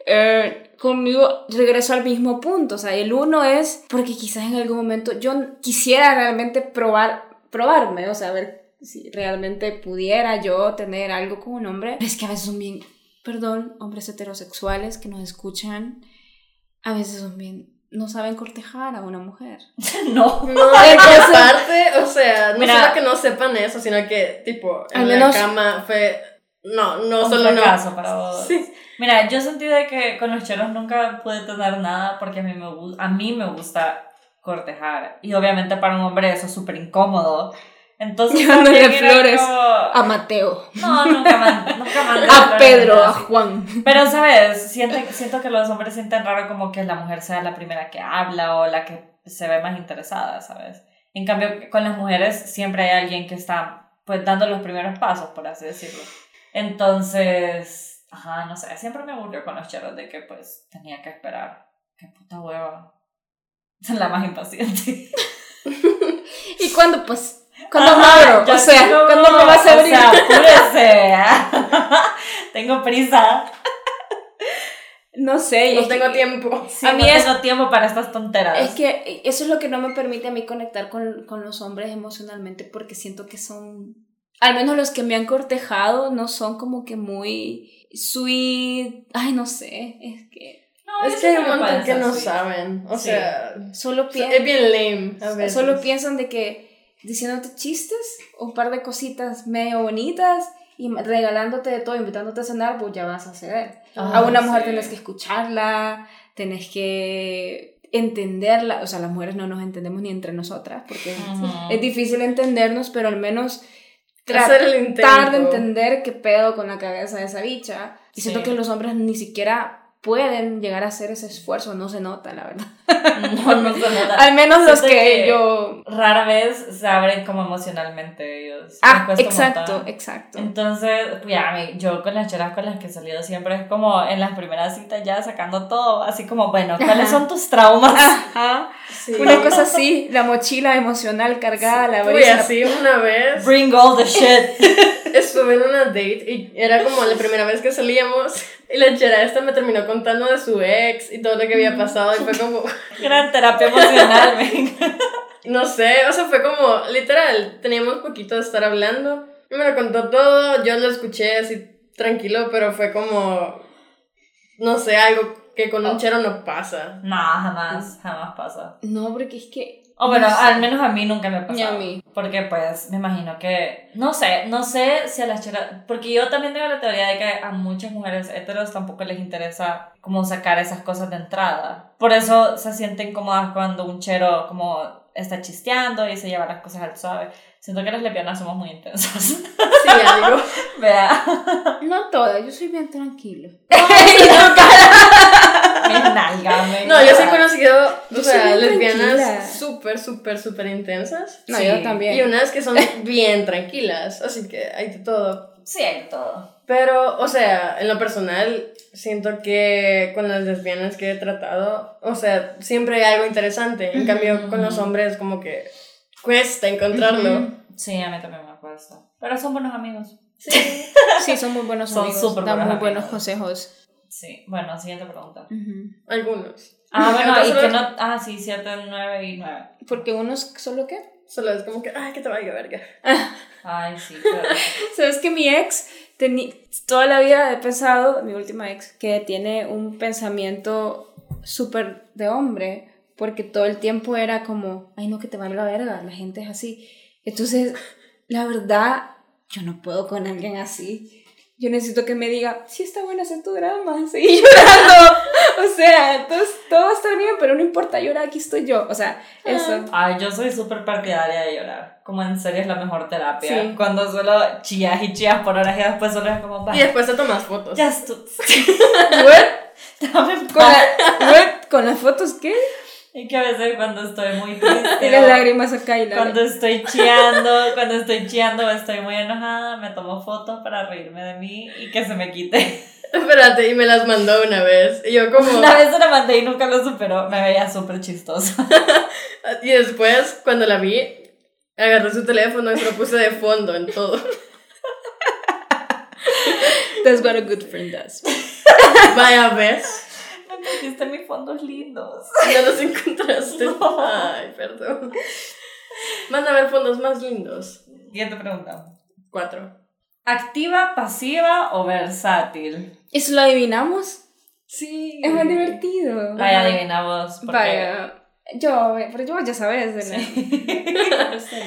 B: Eh, conmigo regreso al mismo punto. O sea, el uno es porque quizás en algún momento yo quisiera realmente probar, probarme, o sea, a ver si realmente pudiera yo tener algo con un hombre. Pero es que a veces son bien, perdón, hombres heterosexuales que nos escuchan, a veces son bien, no saben cortejar a una mujer.
A: no.
C: No, y aparte, o sea, no
A: Mira.
C: solo que no sepan eso, sino que, tipo, en
B: Al
C: la
B: menos-
C: cama fue. No, no,
A: Un
C: solo no.
A: fracaso para vos.
C: Sí.
A: Mira, yo sentí de que con los cheros nunca pude tener nada porque a mí me, gu- a mí me gusta cortejar. Y obviamente para un hombre eso es súper incómodo. Entonces,
B: Llevándole
A: también era
B: flores.
A: como-
B: A Mateo,
A: No, nunca man- nunca mandé
B: a
A: flores,
B: Pedro,
A: pero
B: a
A: sí.
B: Juan.
A: Pero, ¿sabes? Siento, siento que los hombres sienten raro como que la mujer sea la primera que habla o la que se ve más interesada, ¿sabes? En cambio, con las mujeres siempre hay alguien que está, pues, dando los primeros pasos, por así decirlo. Entonces, ajá, no sé, siempre me aburrió con los cheros de que, pues, tenía que esperar. ¡Qué puta hueva! Soy la más impaciente.
B: ¿Y cuándo, pues? ¿Cuándo me
A: Ajá,
B: abro?
A: yo
B: O sea,
A: tengo-
B: ¿cuándo me vas a abrir?
A: O sea, apúrese. tengo prisa.
B: no sé.
C: No
B: es
C: tengo
B: que-
C: tiempo.
A: Sí,
B: A mí
A: no
B: es-
A: tengo tiempo para estas tonteras.
B: Es que eso es lo que no me permite a mí conectar con, con los hombres emocionalmente porque siento que son, al menos los que me han cortejado, no son como que muy sweet. Ay, no sé, es que
A: No,
C: Es
A: yo
C: que hay
A: siempre
C: un
A: me
C: montón que
A: parece
C: no
A: así.
C: saben. O
A: Sí.
C: sea,
B: solo,
C: es
B: piensan
C: bien lame. A pues. veces.
B: solo piensan de que diciéndote chistes, un par de cositas medio bonitas y regalándote de todo, invitándote a cenar, pues ya vas a ceder.
A: Ah,
B: A una mujer
A: sí.
B: tenés que escucharla, tenés que entenderla, o sea, las mujeres no nos entendemos ni entre nosotras, porque
A: Ajá.
B: es difícil entendernos, pero al menos
C: Hacer
B: tratar
C: el intento.
B: de entender qué pedo con la cabeza de esa bicha. Y siento
A: Sí.
B: que los hombres ni siquiera pueden llegar a hacer ese esfuerzo, no se nota, la verdad.
A: No, no se nota.
B: Al menos los
A: Siento
B: que,
A: que-
B: yo...
A: Rara vez se abren como emocionalmente ellos. Les
B: Ah,
A: cuesta un
B: exacto,
A: montón.
B: exacto.
A: Entonces, pues, ya, mi- yo con las cheras con las que he salido siempre es como en las primeras citas ya sacando todo, así como, bueno, ¿cuáles son tus traumas?
B: Ajá.
C: Sí.
B: Una cosa así, la mochila emocional cargada, la
C: Uy,
B: brisa.
C: así una
B: Ah,
C: vez
A: Bring all the shit.
C: estuve en una date y era como la primera vez que salíamos y la chera esta me terminó contando de su ex y todo lo que había pasado y fue como,
A: Gran terapia emocional, men.
C: no sé, o sea, fue como literal, teníamos poquito de estar hablando y me lo contó todo, yo lo escuché así tranquilo, pero fue como, no sé, algo que con un chero no pasa.
A: No, jamás, jamás pasa.
B: No, porque es que...
A: O bueno,
B: No sé.
A: al menos a mí nunca me ha
B: Ni a
A: pasado.
B: mí.
A: Porque pues me imagino que, no sé, no sé si a las cheras, porque yo también tengo la teoría de que a muchas mujeres heteros tampoco les interesa como sacar esas cosas de entrada. Por eso se sienten cómodas cuando un chero como está chisteando y se lleva las cosas al suave. Siento que las lesbianas somos muy intensas.
C: Sí, algo.
A: Vea,
B: No todo, yo soy bien tranquilo.
A: mi nalga, me
C: No, yo sí he
A: encanta.
C: conocido, o
B: Ah. Yo soy
C: sea,
B: bien tranquila.
C: lesbianas súper, súper, súper intensas.
B: No,
A: Sí.
B: yo también.
C: Y unas que son bien tranquilas, así que hay de todo.
A: Sí, hay de todo.
C: Pero, o sea, en lo personal, siento que con las lesbianas que he tratado, o sea, siempre hay algo interesante. En cambio, con los hombres, como que cuesta encontrarlo.
B: Ujú.
A: Sí, a mí también me cuesta. Pero son buenos amigos.
C: Sí.
B: Sí, son muy buenos
A: Son
B: amigos.
A: súper
B: dan
A: buenos
B: muy buenos
A: amigos.
B: consejos.
A: Sí, bueno, siguiente pregunta.
C: Algunos.
A: Ah, bueno, y
C: Entonces,
A: que no... Ah, sí, 7, 9 y 9.
B: Porque unos solo qué?
C: Solo es como que, ay, que te valga verga.
A: Ay, sí, claro.
B: Sabes que mi ex teni- toda la vida he pensado, mi última ex, que tiene un pensamiento súper de hombre, porque todo el tiempo era como, ay no que te valga verga, la gente es así. Entonces, la verdad, yo no puedo con alguien así. yo necesito que me diga, sí está bueno hacer tu drama, seguí llorando. o sea, todo, todo va a estar bien, pero no importa, llora, aquí estoy yo. O sea, eso.
A: Ay, yo soy súper partidaria de llorar. Como en serio es la mejor terapia.
B: Sí.
A: Cuando solo chías y chías por horas y después solo es como, va,
C: Y después te tomas fotos.
A: ya estu-
B: What?
A: dame en
B: ¿Con,
A: paz.
B: la- what? ¿Con las fotos qué?
A: Y que a veces cuando estoy muy
B: Y
A: triste,
B: las
A: o
B: lágrimas acá y la...
A: cuando estoy chiando, cuando estoy chiando o estoy muy enojada, me tomo fotos para reírme de mí y que se me quite.
C: Espérate, y me las mandó una vez. Y yo como...
A: Una vez se la mandé y nunca lo superó, me veía súper chistosa.
C: Y después, cuando la vi, agarré su teléfono y se lo puse de fondo en todo.
B: That's what a good friend does.
C: Vaya vez.
A: Me pusiste mis fondos lindos.
C: Ya los encontraste.
A: No.
C: Ay, perdón. Manda a ver fondos más lindos.
A: Siguiente pregunta.
C: Cuatro.
A: ¿Activa, pasiva o versátil?
B: ¿Y si lo adivinamos?
C: Sí.
B: Es más divertido.
A: Vaya, adivina vos. porque-
B: Vaya. Yo, pero yo ya sabes. de la-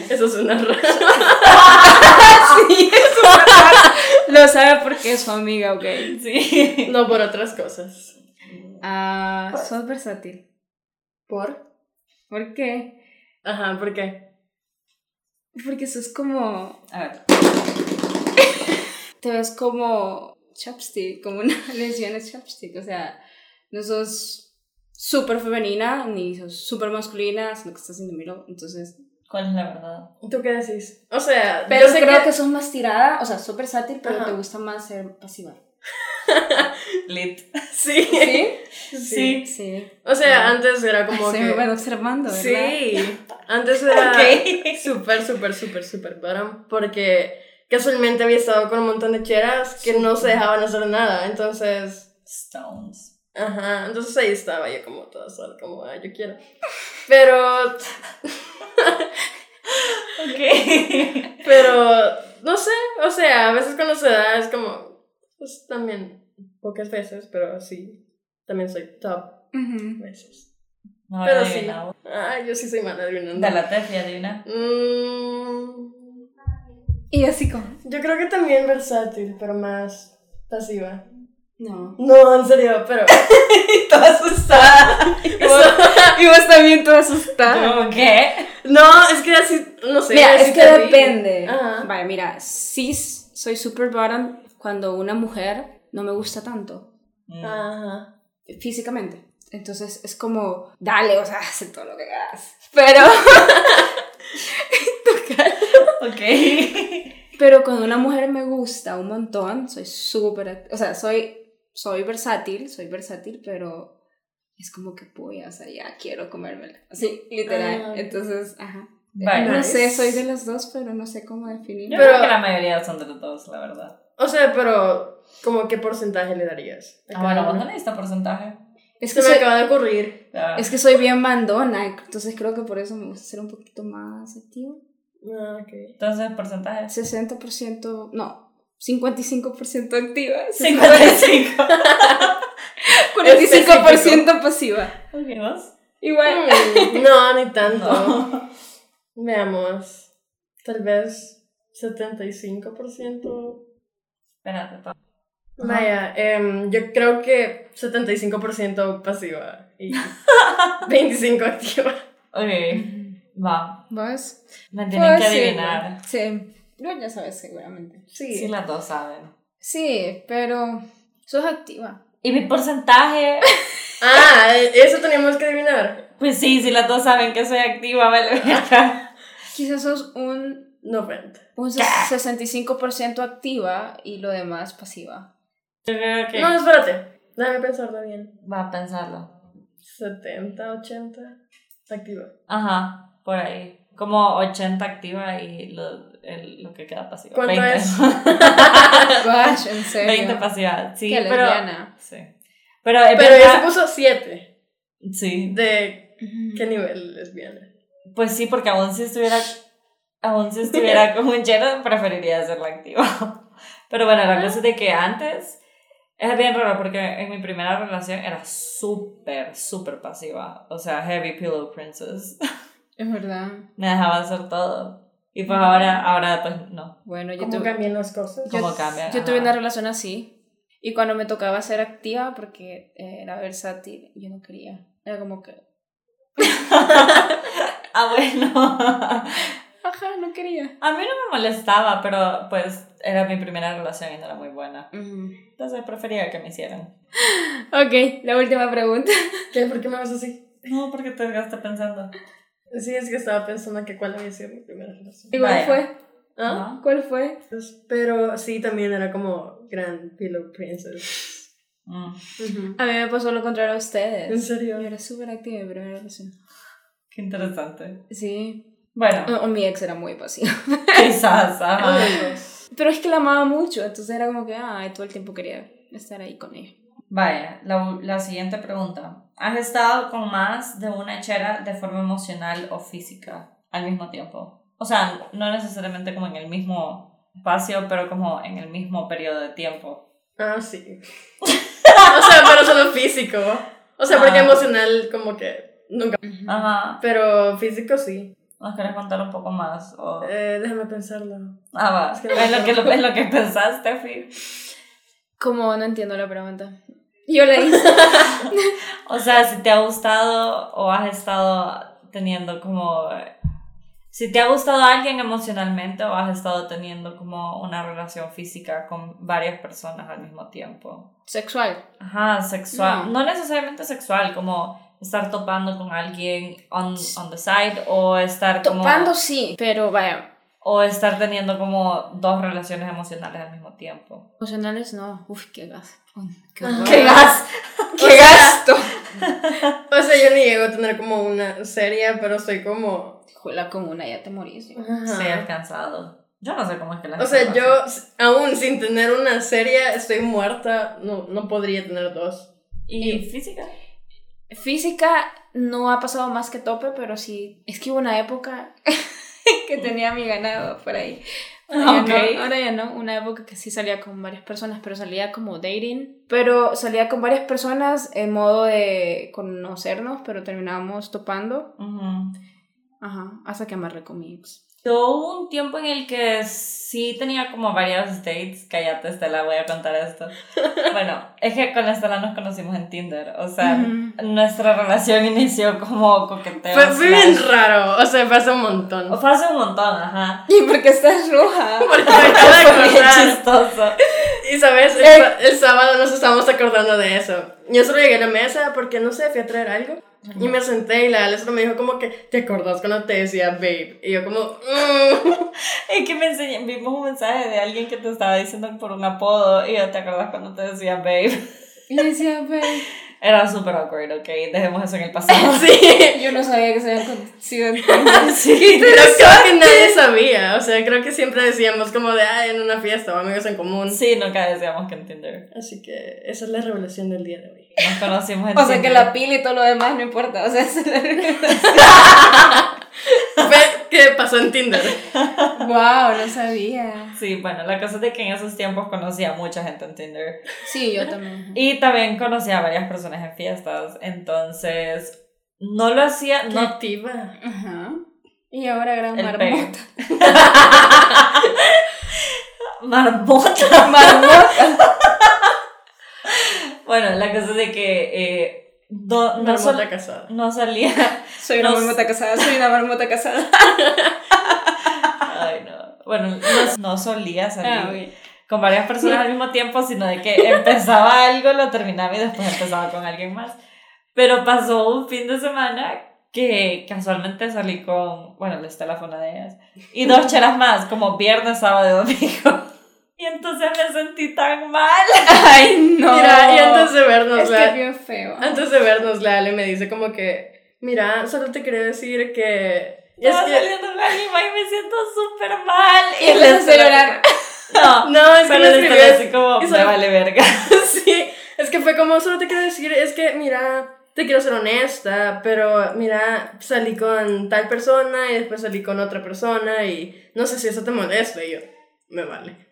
C: Eso es una rara.
B: Sí, es una rara. Lo sabe porque es su amiga, ok.
A: Sí.
C: No por otras cosas.
B: Ah, sos versátil.
C: ¿Por?
B: ¿Por qué?
C: Ajá, ¿por qué?
B: Porque sos como.
A: A ver.
B: Te ves como chapstick, como una lesbiana chapstick. O sea, no sos súper femenina ni sos súper masculina, sino que estás en el medio. Entonces.
A: ¿Cuál es la verdad?
C: ¿Tú qué decís? O sea,
B: Pero
C: yo sé
B: creo que...
C: que...
B: sos más tirada, o sea, sos versátil, pero
C: Ajá.
B: te gusta más ser pasiva.
A: Lit.
C: Sí.
B: ¿Sí?
C: Sí.
B: Sí.
C: O sea, antes era como
B: Se
C: que...
B: me van observando, ¿verdad?
C: Sí, antes era
A: Ok.
C: súper, súper, súper, súper bottom porque casualmente había estado con un montón de cheras que no se dejaban hacer nada, entonces,
A: Stones.
C: ajá, entonces ahí estaba yo como toda sola, como, ah, yo quiero. Pero,
A: Ok.
C: pero, no sé, o sea, a veces cuando se da es como, pues también, pocas veces, pero sí, también soy top
B: Ujú.
C: veces.
A: No,
C: Pero
A: ahora
C: sí,
A: adivina vos.
C: ah, yo sí soy mala adivinando.
A: De la tefia, adivina.
C: Mm,
B: Y así como.
C: Yo creo que también versátil, pero más pasiva.
B: No.
C: No, en serio, pero.
A: Y toda asustada.
B: Y vos también toda asustada.
A: ¿Cómo qué?
C: no, es que así, no sé.
B: Mira,
C: así
B: es que
C: te vi.
B: depende.
C: Ajá.
B: Vale, mira, sí s- soy super bottom cuando una mujer no me gusta tanto
C: Ah.
A: Mm.
C: Ajá.
B: físicamente. Entonces es como, dale, o sea, hace todo lo que hagas. Pero,
A: Mm. Ok.
B: pero cuando una mujer me gusta un montón, soy súper, act- o sea, soy, soy versátil, soy versátil, pero es como que voy, o sea, ya quiero comérmela. Así, literal.
C: Ah.
B: Entonces, ajá.
A: Vale.
B: No sé,
C: Nice.
B: soy de las dos, pero no sé cómo definir.
A: Yo
C: Pero-
A: creo que la mayoría son de los dos, la verdad.
C: O sea, pero. ¿Cómo qué porcentaje le darías?
A: Ah, bueno, vos no necesitas porcentaje.
B: es,
C: Se
B: que
C: me
B: soy,
C: acaba de ocurrir.
A: Ah,
B: es que soy bien mandona, entonces creo que por eso me gusta ser un poquito más activa.
C: Ah, ok.
A: Entonces, porcentaje.
B: 60%, no, 55% activa,
A: 55.
B: 45% pasiva.
A: Ok, ¿vos?
B: Igual.
C: Mm, no, ni tanto.
A: No.
C: Veamos. Tal vez 75%.
A: Espérate, pa-
C: Vaya, em, yo creo que 75% pasiva y 25% activa.
A: Ok, va.
B: ¿Vos?
A: Me tienen que
B: Pues sí,
A: adivinar.
B: Sí. No, ya sabes seguramente.
C: Sí.
A: Sí, las dos saben.
B: Sí, pero sos activa.
A: Y mi porcentaje,
C: Ah, eso teníamos que adivinar.
A: pues sí, si las dos saben que soy activa, vale. verga.
B: Quizás sos un,
C: 90.
B: un 65% activa y lo demás pasiva.
A: Yo creo que
C: No, espérate. Déjame pensarlo bien.
A: va a pensarlo.
C: 70, 80. Activa.
A: Ajá, por ahí. Como 80 activa y lo, el- lo que queda pasiva.
C: ¿Cuánto
A: 20.
C: es?
B: Gosh, en serio.
A: 20 pasiva, sí,
B: Qué
A: pero...
B: lesbiana.
A: Sí. Pero, es
C: Pero ella se
A: verdad-
C: puso 7.
A: Sí,
C: ¿De
B: Ujú.
C: qué nivel lesbiana?
A: pues sí, porque aún si estuviera... Aún si estuviera con un chero, preferiría hacerla activa. Pero bueno, la cosa es de que antes... Es bien raro porque en mi primera relación era súper, súper pasiva. O sea, heavy pillow princess.
B: Es verdad.
A: me dejaba hacer todo. Y pues ahora, ahora pues no.
B: Bueno, yo
C: ¿Cómo
B: tuve,
C: cambian las cosas?
A: ¿Cómo cambian?
B: yo
A: Ajá.
B: tuve una relación así. Y cuando me tocaba ser activa, porque eh, era versátil, yo no quería. Era como que,
A: Ah, bueno.
B: ajá, no quería.
A: A mí no me molestaba, pero pues era mi primera relación y no era muy buena. Entonces prefería que me hicieran.
B: Ok, la última pregunta.
C: ¿Qué? ¿Por qué me ves así?
A: No, porque te quedaste pensando.
C: Sí, es que estaba pensando que cuál había sido mi primera relación.
B: ¿Y cuál
A: Vaya.
B: fue?
C: ¿Ah? pues,
B: ¿Cuál fue?
C: Pero sí, también era como Grand Pillow Princess.
A: ¿No? Mm,
B: A mí me pasó lo contrario a ustedes.
C: ¿En serio?
B: Yo era súper activa en mi primera relación.
A: qué interesante.
B: Sí.
A: Bueno,
B: O, o mi ex era muy pasiva.
A: quizás, ah, ajá.
B: Pero es que la amaba mucho, entonces era como que, ay, todo el tiempo quería estar ahí con ella.
A: Vaya, la, u- la siguiente pregunta. ¿Has estado con más de una chera de forma emocional o física al mismo tiempo? O sea, no necesariamente como en el mismo espacio, pero como en el mismo periodo de tiempo.
C: Ah, sí. o sea, pero solo físico. O sea, porque
A: Ah.
C: emocional como que nunca.
B: Ah.
A: Ajá.
C: Pero físico sí.
A: ¿Nos querés contar un poco más? O...
C: Eh, déjame pensarlo.
A: Ah, va.
C: Es
A: Es,
C: que no-
A: lo que, lo, es lo que pensaste, Fi.
B: Como no entiendo la pregunta. Yo le hice.
A: O sea, si te ha gustado o has estado teniendo como... Si te ha gustado alguien emocionalmente o has estado teniendo como una relación física con varias personas al mismo tiempo.
B: Sexual.
A: Ajá, sexual. No, necesariamente sexual, como estar topando con alguien on, on the side o
B: Ah,
A: estar como...
B: Topando sí, pero vaya.
A: O estar teniendo como dos relaciones emocionales al mismo tiempo.
B: Emocionales no. Uf, qué gas. Uy,
A: ¡Qué
B: Qué, horror.
A: gas!
B: qué gasto.
C: O sea, yo ni llego a tener como una serie, pero soy como.
B: Juela con una ya te morís. yo.
A: Ser cansado. Yo no sé cómo es que la
C: O
A: gente
C: sea,
A: lo
C: yo aún sin tener una serie, estoy muerta. No, no podría tener dos.
A: ¿Y física?
B: Física no ha pasado más que tope, pero sí. Es que hubo una época que tenía mi ganado por ahí. Ahora, ya
A: Ok.
B: no, ahora ya no, una época que sí salía con varias personas, pero salía como dating. Pero salía con varias personas en modo de conocernos, pero terminábamos topando.
A: Ujú.
B: Ajá, hasta que amarré con mi ex.
A: Yo hubo un tiempo en el que sí tenía como varios dates. Cállate, Estela, voy a contar esto. bueno, es que con Estela nos conocimos en Tinder. O sea,
B: Ujú.
A: nuestra relación inició como coqueteo.
C: Fue, fue
A: slash-
C: bien raro. O sea, pasa un
A: O
C: montón.
A: fue hace un montón, ajá.
B: ¿Y por qué estás roja?
C: Porque me acabo de
A: Fue bien Eh.
C: acordar.
A: chistoso.
C: Y sabes, el, sa- el sábado nos estábamos acordando de eso. Yo solo llegué a la mesa porque no sé, fui a traer algo. Y me senté y la Ale solo me dijo como que, ¿te acordás cuando te decía babe? Y yo como, "Mm".
A: Es que me enseñé, vimos un mensaje de alguien que te estaba diciendo por un apodo y yo te acordás cuando te decía babe.
B: Y decía, "Pues, "Ve,
A: Era súper awkward, ok. Dejemos eso en el pasado.
C: sí.
B: yo no sabía que se habían conocido.
A: sí.
C: Pero creo que nadie sabía. O sea, creo que siempre decíamos como de, ah, en una fiesta o amigos en común.
A: Sí, nunca decíamos que en Tinder.
C: Así que esa es la revelación del día de hoy.
A: Nos conocimos en
B: O sea que
A: Tinder.
B: la pila y todo lo demás no importa. O sea, es
C: Ve ¿Qué pasó en Tinder?
B: wow, no sabía.
A: Sí, bueno, la cosa es de que en esos tiempos conocía a mucha gente en Tinder.
B: Sí, yo también.
A: Y también conocía a varias personas en fiestas. Entonces, no lo hacía.
C: No
A: No,
C: activa.
B: Ajá. Y ahora gran
A: el
B: marmota.
A: pegue. Marmota. Bueno, la cosa es de que eh, no, no, sol-
C: Marmota casada.
A: no salía.
B: Soy una
A: No sé.
B: marmota casada, soy una marmota casada.
A: Ay, no. Bueno, no, no solía
B: Ah,
A: salir con varias personas al mismo tiempo, sino de que empezaba algo, lo terminaba y después empezaba con alguien más. Pero pasó un fin de semana que casualmente salí con, bueno, la Estela fue una de ellas, y dos cheras más, como viernes, sábado y domingo. Y entonces me sentí tan mal.
B: Ay, no.
C: Mira, y antes de vernos,
B: Es que
C: la,
B: es bien feo.
C: antes de vernos, la Ale me dice como que, mira, solo te quería decir que... y es
A: Estaba
C: que-
A: saliendo lágrimas y me siento súper mal.
B: Y empezaste a llorar.
A: No,
C: no, es que
A: solo
C: me
A: le
C: escribió
A: Estela así como,
C: y
A: me
C: solo-
A: vale verga.
C: sí, es que fue como, solo te quiero decir, es que, mira, te quiero ser honesta, pero, mira, salí con tal persona y después salí con otra persona y no sé si eso te molesta. Y yo, me vale.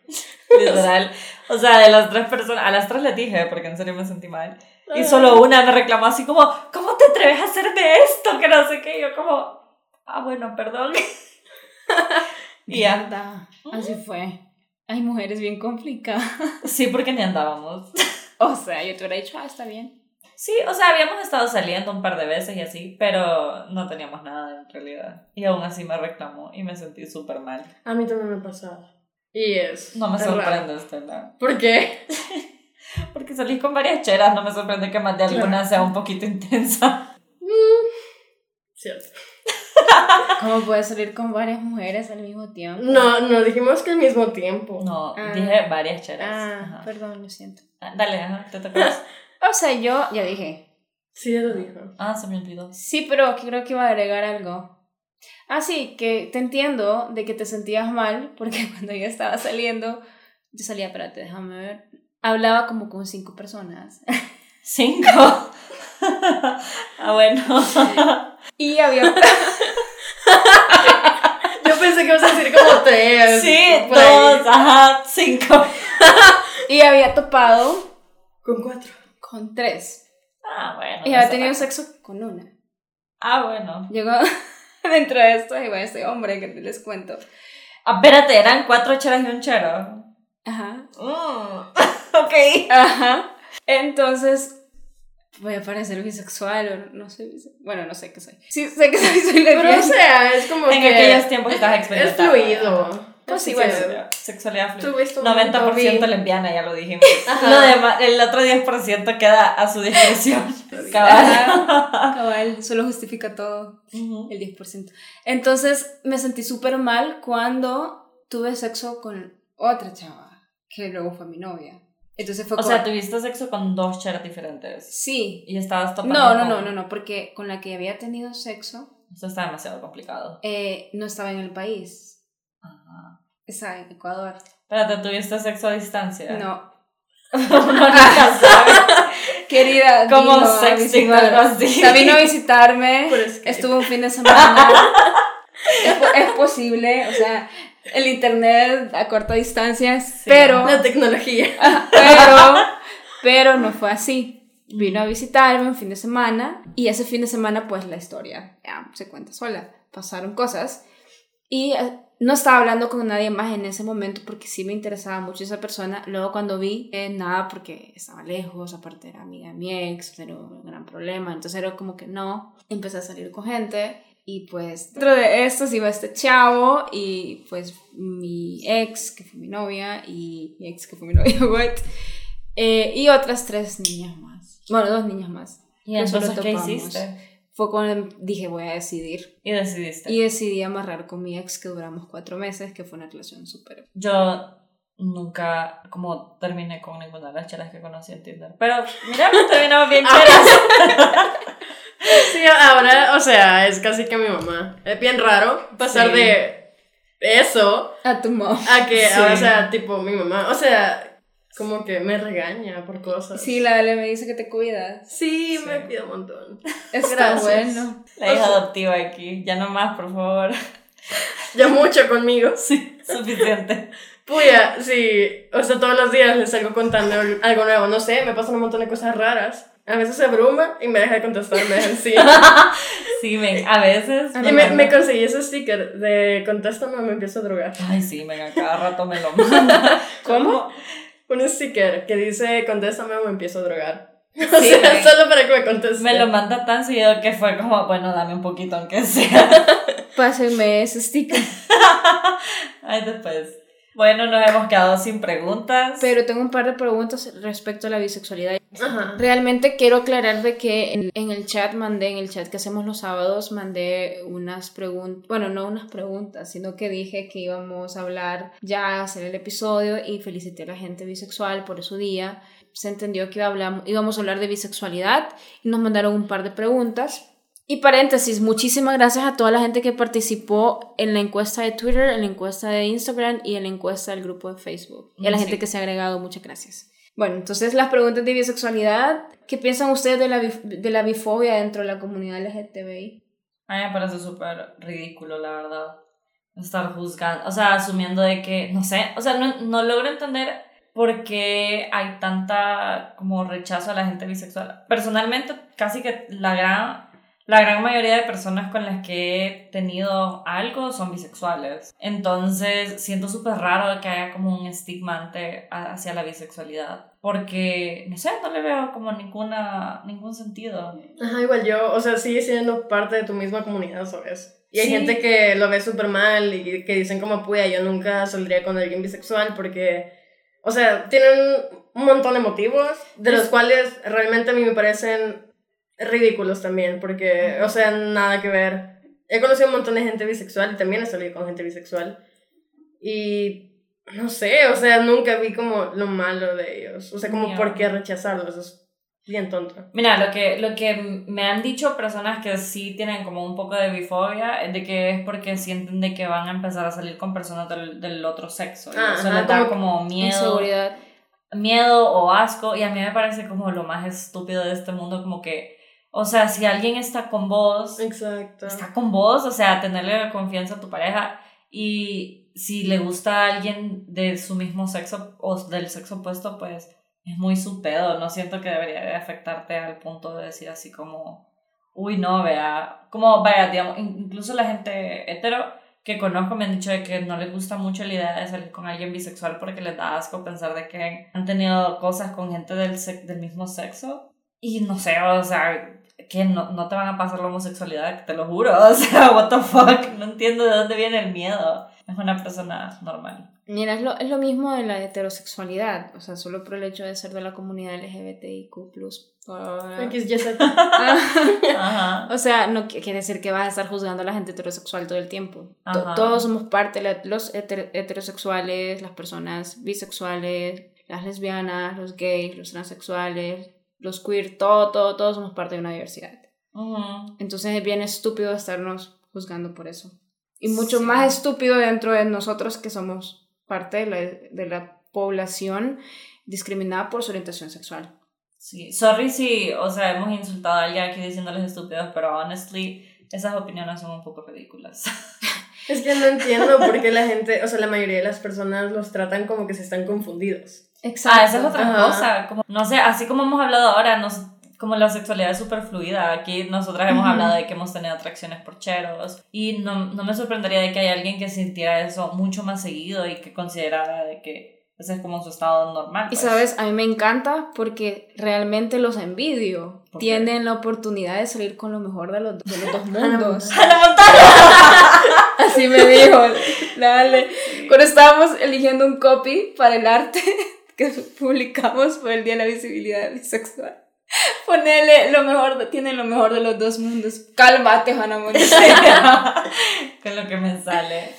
A: Literal. O sea, de las tres personas, a las tres le dije, porque en serio me sentí mal. Y solo una me reclamó así como, ¿cómo te atreves a hacerme esto? Que no sé qué. Y yo como, ah, bueno, perdón. Y ya.
B: Anda, Así fue. Hay mujeres bien complicadas.
A: Sí, porque ni andábamos.
B: O sea, yo te hubiera dicho, ah, está bien.
A: Sí, o sea, habíamos estado saliendo un par de veces y así, pero no teníamos nada en realidad. Y aún así me reclamó y me sentí súper mal.
C: A mí también me pasaba. Y es.
A: No me
C: es raro.
A: sorprende este lado.
C: ¿Por qué?
A: Porque salís con varias cheras, no me sorprende que más de alguna
C: Claro.
A: sea un poquito intensa.
C: Cierto.
B: ¿Cómo puedes salir con varias mujeres al mismo tiempo?
C: No, no dijimos que al mismo tiempo.
A: No,
B: Ah.
A: dije varias cheras.
B: Ah,
A: Ajá.
B: perdón, lo siento.
A: Ah, Dale, ajá, te tocas.
B: O sea, yo ya dije.
C: Sí, ya lo dijo.
A: Ah, se me olvidó.
B: Sí, pero creo que iba a agregar algo. Ah, sí, que te entiendo de que te sentías mal, porque cuando yo estaba saliendo, yo salía, espérate, déjame ver. Hablaba como con cinco personas.
A: Cinco. ah, bueno.
B: Y había...
C: Yo pensé que ibas a decir como tres.
A: Sí,
C: por ahí.
A: dos, ajá, cinco.
B: y había topado
C: Con cuatro.
B: con tres.
A: Ah, bueno.
B: Y
A: no
B: había
A: sé.
B: tenido sexo con una.
A: Ah, bueno.
B: Llegó dentro de esto, igual este hombre que les cuento.
A: Ah, espérate, eran cuatro cheras y un chero.
B: Ajá.
A: Mm, ok.
B: Ajá. Entonces, voy a parecer bisexual o no sé, bueno, no sé qué soy. Sí, sé que soy, soy
C: Pero
B: lesbiana.
C: o sea, es como
A: En
C: que.
A: aquellos tiempos que estás
C: es
A: experimentando.
C: fluido.
B: Pues
C: Así
B: sí, bueno,
C: que-
A: Sexualidad fluida.
C: Tuviste un
A: 90%
C: momento
A: lesbiana, ya lo dijimos.
C: Ajá.
A: Lo demás, el otro 10% queda a su discreción. Cabal.
B: Ajá, Cabal, solo justifica todo, el 10%. Entonces me sentí súper mal cuando tuve sexo con otra chava, que luego fue mi novia. Entonces fue
A: O
B: como-
A: sea, tuviste sexo con dos cheras diferentes.
B: sí.
A: Y estabas topando.
B: No, no,
A: con-
B: no, no, no, porque con la que había tenido sexo
A: Eso está demasiado complicado.
B: eh, no estaba en el país,
A: Ajá.
B: estaba en Ecuador.
A: Espérate, ¿tuviste sexo a distancia?
B: No,
A: Uno nunca sabe.
B: querida,
A: Como
B: vino a
A: sexting o
B: visitar-
A: algo así.
B: O sea, vino a visitarme.
C: Por Skype.
B: Estuvo un fin de semana. es, po- es posible, o sea, el internet a corta distancia, pero,
C: La tecnología.
B: pero, pero no fue así. Vino a visitarme un fin de semana y ese fin de semana pues la historia ya, se cuenta sola. Pasaron cosas y eh, no estaba hablando con nadie más en ese momento porque sí me interesaba mucho esa persona. Luego cuando vi, eh, nada porque estaba lejos, aparte era amiga de mi ex, era un gran problema. Entonces era como que no. Empecé a salir con gente y pues dentro de esto iba este chavo y pues mi ex que fue mi novia y mi ex que fue mi novia, what? Eh, y otras tres niñas más. Bueno, dos niñas más.
A: ¿Y
B: Eso lo
A: entonces qué
B: topamos.
A: hiciste?
B: Fue cuando em, dije voy a decidir.
A: Y decidiste.
B: Y decidí amarrar con mi ex que duramos cuatro meses, que fue una relación súper...
A: Yo nunca como terminé con ninguna de las cheras que conocí en Tinder. Pero mira, terminamos bien
B: Ah.
A: cheras.
C: Sí, ahora, o sea, es casi que mi mamá. Es bien raro pasar
A: Sí.
C: de eso
B: A tu mom.
C: a que
A: Sí.
C: ahora sea tipo mi mamá. O sea, como que me regaña por cosas.
B: Sí, la Ale me dice que te cuidas.
C: Sí,
A: Sí.
C: me cuida un montón.
B: Está
C: Gracias.
B: bueno.
A: La hija
C: O sea-
A: adoptiva aquí. Ya no más, por favor.
C: Ya mucho conmigo.
A: Sí, suficiente.
C: Puya, sí. O sea, todos los días les salgo contando algo nuevo. No sé, me pasan un montón de cosas raras. A veces se abruma y me deja de contestarme así.
A: Sí, ven, a veces.
B: A
C: Y me, me conseguí ese sticker de contéstame o me empiezo a drogar.
A: Ay, sí, venga, cada rato me lo manda.
B: ¿Cómo?
C: Un sticker que dice contéstame o me empiezo a drogar. o
B: Sí,
C: sea,
B: güey.
C: solo para que me conteste.
A: Me lo manda tan seguido que fue como, bueno, dame un poquito aunque sea.
B: Pásenme ese sticker.
A: Ay, después. Bueno, nos hemos quedado sin preguntas.
B: Pero tengo un par de preguntas respecto a la bisexualidad.
C: Ajá.
B: Realmente quiero aclarar de que en, en el chat mandé, en el chat que hacemos los sábados, mandé unas preguntas, bueno, no unas preguntas, sino que dije que íbamos a hablar ya, hacer el episodio y felicité a la gente bisexual por su día. Se entendió que iba a hablar- íbamos a hablar de bisexualidad y nos mandaron un par de preguntas. Y paréntesis, muchísimas gracias a toda la gente que participó en la encuesta de Twitter, en la encuesta de Instagram y en la encuesta del grupo de Facebook. Y a la
A: Mm,
B: gente
A: sí.
B: que se ha agregado, muchas gracias. Bueno, entonces las preguntas de bisexualidad, ¿qué piensan ustedes de la, bif- de la bifobia dentro de la comunidad LGTBI?
A: A mí me parece súper ridículo, la verdad. Estar juzgando, o sea, asumiendo de que, no sé, o sea, no, no logro entender por qué hay tanta como rechazo a la gente bisexual. Personalmente, casi que la gran, La gran mayoría de personas con las que he tenido algo son bisexuales. Entonces, siento súper raro que haya como un estigmante hacia la bisexualidad. Porque, no sé, no le veo como ninguna, ningún sentido.
C: Ajá, igual yo, o sea, sigue siendo parte de tu misma comunidad, ¿sabes? Y hay
A: Sí.
C: gente que lo ve súper mal y que dicen como, puya, yo nunca saldría con alguien bisexual porque, o sea, tienen un montón de motivos, de los cuales realmente a mí me parecen ridículos también, porque, o sea, nada que ver. He conocido un montón de gente bisexual y también he salido con gente bisexual. Y, no sé, o sea, nunca vi como lo malo de ellos. O sea, como,
A: Ya.
C: ¿por qué rechazarlos? Es bien tonto.
A: Mira, lo que, lo que me han dicho personas que sí tienen como un poco de bifobia es de que es porque sienten de que van a empezar a salir con personas del, del otro sexo. Y
C: Ah,
A: eso
C: ajá,
A: les da
C: como
A: como miedo.
B: Inseguridad.
A: miedo o asco y a mí me parece como lo más estúpido de este mundo, como que, o sea, si alguien está con vos,
C: Exacto.
A: está con vos, o sea, tenerle confianza a tu pareja y si le gusta a alguien de su mismo sexo o del sexo opuesto, pues es muy su pedo, no siento que debería de afectarte al punto de decir así como, uy, no, vea, como, vaya, digamos, in- incluso la gente hetero que conozco me han dicho de que no les gusta mucho la idea de salir con alguien bisexual porque les da asco pensar de que han tenido cosas con gente del, sex- del mismo sexo y no sé, o sea, que no, no te van a pasar la homosexualidad, te lo juro, o sea, what the fuck, no entiendo de dónde viene el miedo, es una persona normal.
B: Mira, es lo, es lo mismo de la heterosexualidad, o sea, solo por el hecho de ser de la comunidad LGBTIQ+. Ah.
C: X, Y, Z.
A: Ajá.
B: O sea, no qui- quiere decir que vas a estar juzgando a la gente heterosexual todo el tiempo. To-
A: Ajá.
B: Todos somos parte, la- los heter- heterosexuales, las personas bisexuales, las lesbianas, los gays, los transexuales, los queer, todo, todo, todos somos parte de una diversidad.
A: Ujú.
B: Entonces es bien estúpido estarnos juzgando por eso. Y mucho
A: Sí.
B: más estúpido dentro de nosotros que somos parte de la, de la población discriminada por su orientación sexual.
A: Sí, sorry si, o sea, hemos insultado a alguien aquí diciéndoles estúpidos, pero honestly, esas opiniones son un poco ridículas.
C: Es que no entiendo por qué la gente, o sea, la mayoría de las personas los tratan como que se están confundidos.
B: Exacto.
A: Ah, esa es otra
C: Ajá.
A: cosa. Como, no sé, así como hemos hablado ahora, nos- como la sexualidad es súper fluida. Aquí nosotras hemos
B: Ujú.
A: hablado de que hemos tenido atracciones por cheros. Y no, no me sorprendería de que haya alguien que sintiera eso mucho más seguido y que considerara de que ese es como su estado normal.
B: Y
A: pues.
B: sabes, a mí me encanta porque realmente los envidio.
A: ¿Por qué?
B: Tienen la oportunidad de salir con lo mejor de los, de los dos mundos.
A: ¡Hannah Montana!
B: Así me dijo. Dale. Cuando estábamos eligiendo un copy para el arte que publicamos por el Día de la Visibilidad Bisexual. Ponele lo mejor, de- tienen lo mejor de los dos mundos. Cálmate, Hannah Montana.
A: Con lo que me sale.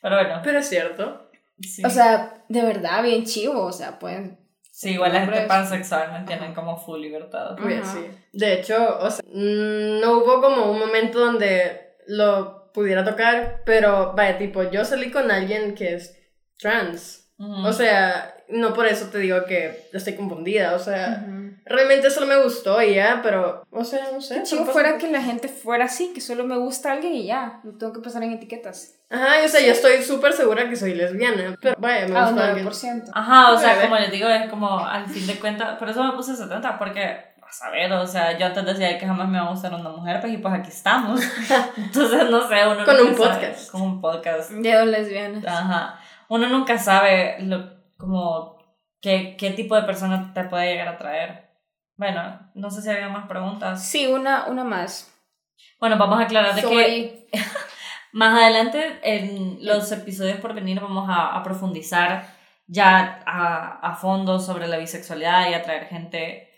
A: Pero bueno.
C: Pero es cierto.
A: sí.
B: O sea, de verdad, bien chivo. O sea, pueden.
A: Sí, igual la gente
B: hombres.
A: pansexual no tienen como full libertad.
C: Oye,
B: Ajá.
C: sí. De hecho, o sea, mm, no hubo como un momento donde lo pudiera tocar, pero vaya, tipo, yo salí con alguien que es trans.
A: Ujú.
C: O sea, no por eso te digo que estoy confundida, o sea, realmente solo me gustó y ya, pero, o sea, no sé.
B: Qué chivo
C: tampoco-
B: fuera que la gente fuera así, que solo me gusta alguien y ya. No tengo que pasar en etiquetas.
C: Ajá, y, o sea, yo estoy súper segura que soy lesbiana, pero vaya, me
B: A Ah, un
C: gustó alguien.
B: 9%.
A: Ajá, o sea,
C: Bebé.
A: como les digo, es como al fin de cuentas, por eso me puse 70, porque, a saber, o sea, yo antes decía que jamás me iba a gustar una mujer, pues y pues aquí estamos. Entonces, no sé, uno
C: Con
A: nunca
C: un
A: sabe-
C: podcast.
A: con un podcast.
B: De dos lesbianas.
A: Ajá. Uno nunca sabe lo, como qué, qué tipo de persona te puede llegar a traer. Bueno, no sé si había más preguntas.
B: Sí, una, una más.
A: Bueno, vamos a aclarar de que
B: Sorry.
A: más adelante, en
B: Eh.
A: los episodios por venir, vamos a, a profundizar ya a, a fondo sobre la bisexualidad y a traer gente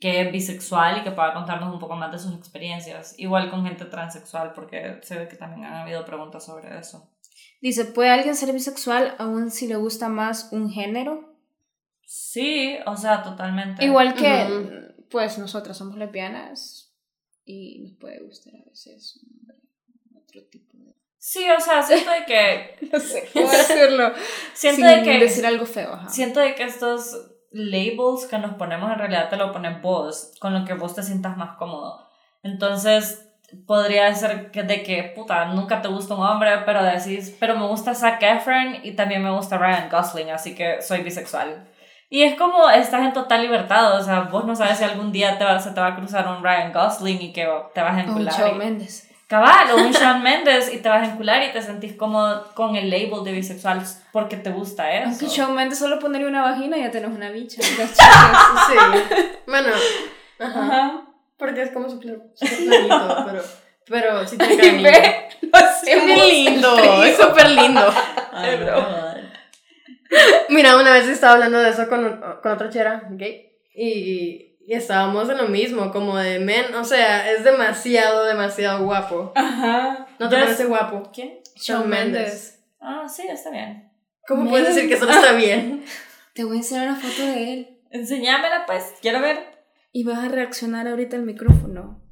A: que es bisexual y que pueda contarnos un poco más de sus experiencias. Igual con gente transexual, porque se ve que también han habido preguntas sobre eso.
B: Dice, ¿puede alguien ser bisexual aún si le gusta más un género?
A: Sí, o sea, totalmente.
B: Ah, Igual que,
C: Ujú.
B: pues, nosotras somos lesbianas y nos puede gustar a veces un hombre, otro tipo de...
A: Sí, o sea, siento de que...
B: No sé cómo decirlo.
A: Siento
B: sin
A: de que...
B: decir algo feo, ajá.
A: Siento de que estos labels que nos ponemos en realidad te lo ponen vos, con lo que vos te sientas más cómodo. Entonces, podría ser que de que, puta, nunca te gusta un hombre, pero decís, pero me gusta Zac Efron y también me gusta Ryan Gosling, así que soy bisexual. Y es como estás en total libertad, o sea, vos no sabes si algún día te va, se te va a cruzar un Ryan Gosling y que te vas a
B: Ah, Un
A: encular.
B: Shawn
A: y-
B: Mendes.
A: Cabal, o un Shawn Mendes y te vas a encular y te sentís cómodo con el label de bisexual porque te gusta eso.
B: Aunque Shawn Mendes solo ponerle una vagina y ya tenés una bicha.
C: Sí. Bueno, ajá.
A: Ajá.
C: Porque es como su plan- su planito, pero. Pero sí tiene
B: Y
C: cariño.
B: ve, lo hacemos.
C: es súper lindo.
A: Ay, no.
C: Mira, una vez estaba hablando de eso con, con otra chera gay y, y estábamos en lo mismo, como de men, o sea, es demasiado, demasiado guapo.
A: Ajá.
C: ¿No te
A: Yo-
C: parece guapo?
A: ¿Quién?
B: Shawn Mendes.
A: Ah, sí, está bien.
C: ¿Cómo
B: Men.
C: puedes decir que eso no está bien?
B: Te voy a enseñar una foto de él.
A: Enseñámela, pues, quiero ver.
B: Y vas a reaccionar ahorita al micrófono.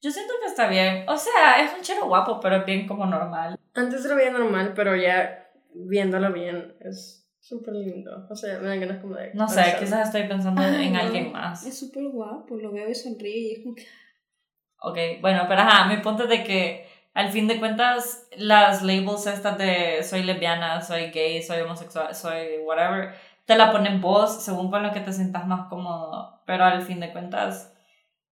A: Yo siento que está bien. O sea, es un chero guapo, pero es bien como normal.
C: Antes lo veía normal, pero ya viéndolo bien es súper lindo. O sea, me dan ganas como de...
A: No sé,
C: abrazarlo.
A: quizás estoy pensando
B: Ay,
A: en
B: no.
A: alguien más.
B: Es súper guapo, lo veo y sonríe y es como que...
A: Ok, bueno, pero ajá, mi punto es de que al fin de cuentas las labels estas de soy lesbiana, soy gay, soy homosexual, soy whatever, te la ponen vos según con lo que te sientas más cómodo, pero al fin de cuentas,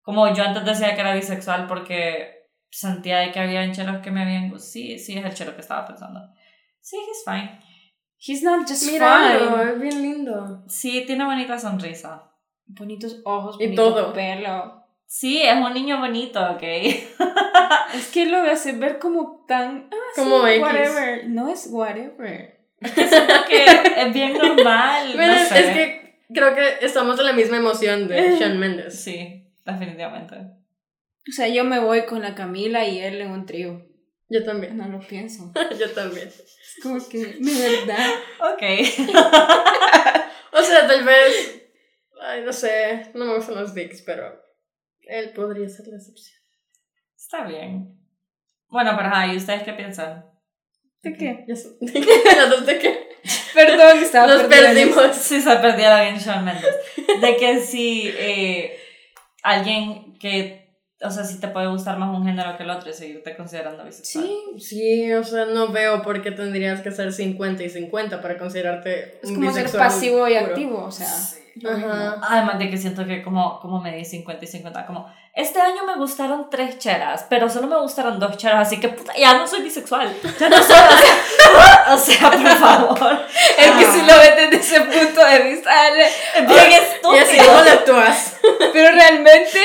A: como yo antes decía que era bisexual porque sentía de que había cheros que me habían... Sí, sí, es el chero que estaba pensando. Sí, he's fine.
B: He's not just
C: Míralo,
B: fine.
C: es bien lindo.
A: Sí, tiene bonita sonrisa.
B: Bonitos ojos,
C: Y
B: bonito
C: todo.
B: pelo.
A: Sí, es un niño bonito, ok.
B: Es que lo hace ver como tan... Ah,
C: Como
B: sí,
C: X.
B: whatever. No es whatever.
A: Porque es bien normal.
C: Pero
A: no
C: es-
A: sé.
C: es que creo que estamos en la misma emoción de Shawn Mendes.
A: Sí, definitivamente.
B: O sea, yo me voy con la Camila y él en un trío.
C: Yo también,
B: No lo pienso.
C: yo también.
B: Es como que, de verdad.
A: Ok.
C: O sea, tal vez. Ay, no sé. No me gustan los dicks, pero. Él podría ser la excepción.
A: Está bien. Bueno, pero ajá, ¿y ustedes qué piensan?
B: ¿De qué?
C: Ya sé. Nosotros de qué.
B: Perdón, estaba
C: Nos
B: perdida en eso.
C: perdimos.
A: Si se perdiera bien Shawn Mendes. De que si eh, alguien que, o sea, si te puede gustar más un género que el otro y seguirte considerando bisexual.
B: Sí,
C: Sí, o sea, no veo por qué tendrías que ser 50 y 50 para considerarte.
B: es
C: un
B: como ser
C: bisexual
B: pasivo y
C: puro.
B: activo, o sea. lo mismo.
C: Ajá.
A: Además de que siento que como, como me di 50 y 50, como, este año me gustaron tres cheras, pero solo me gustaron dos cheras, así que puta, ya no soy bisexual. Ya no soy, o sea, o sea, por favor.
B: Es que si lo ves desde ese punto de vista, dale.
A: Bien
C: Y así
A: estúpido.
C: como lo actúas.
B: pero realmente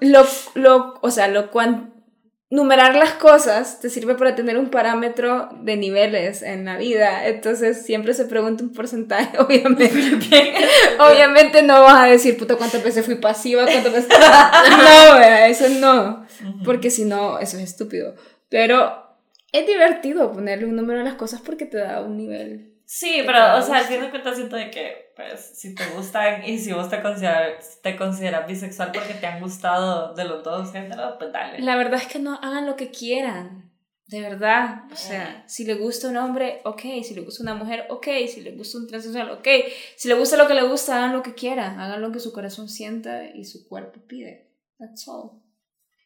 B: lo, lo, o sea, lo cuan, numerar las cosas te sirve para tener un parámetro de niveles en la vida, entonces siempre se pregunta un porcentaje, obviamente.
A: Bien
B: Obviamente no vas a decir, puta, cuántas veces fui pasiva, cuántas veces... No, vea, eso no. Porque si no, eso es estúpido. Pero es divertido ponerle un número a las cosas porque te da un nivel.
A: Sí,
B: que te
A: pero, o sea, al
B: guste.
A: fin de cuentas siento de que, pues, si te gustan y si vos te consideras, te consideras bisexual porque te han gustado de los dos géneros, pues dale.
B: La verdad es que no hagan lo que quieran. De verdad. O sea, si le gusta un hombre, ok. Si le gusta una mujer, ok. Si le gusta un transexual, ok. Si le gusta lo que le gusta, hagan lo que quieran. Hagan lo que su corazón sienta y su cuerpo pide. That's all.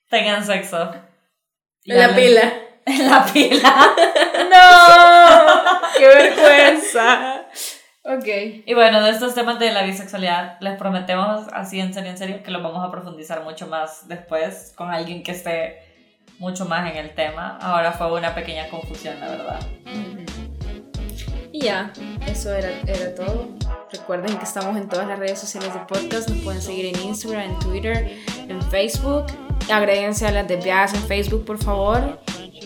A: Tengan sexo. Y
C: En la
A: hablen-
C: pila.
A: En la pila.
B: ¡No! ¡Qué vergüenza! Ok.
A: Y bueno, de estos temas de la bisexualidad, les prometemos así en serio, en serio, que lo vamos a profundizar mucho más después con alguien que esté mucho más en el tema. Ahora fue una pequeña confusión, la verdad.
B: Y ya, eso era, era todo. Recuerden que estamos en todas las redes sociales de podcast. Nos pueden seguir en Instagram, en Twitter, en Facebook. Agréguense a las de Bias en Facebook, por favor.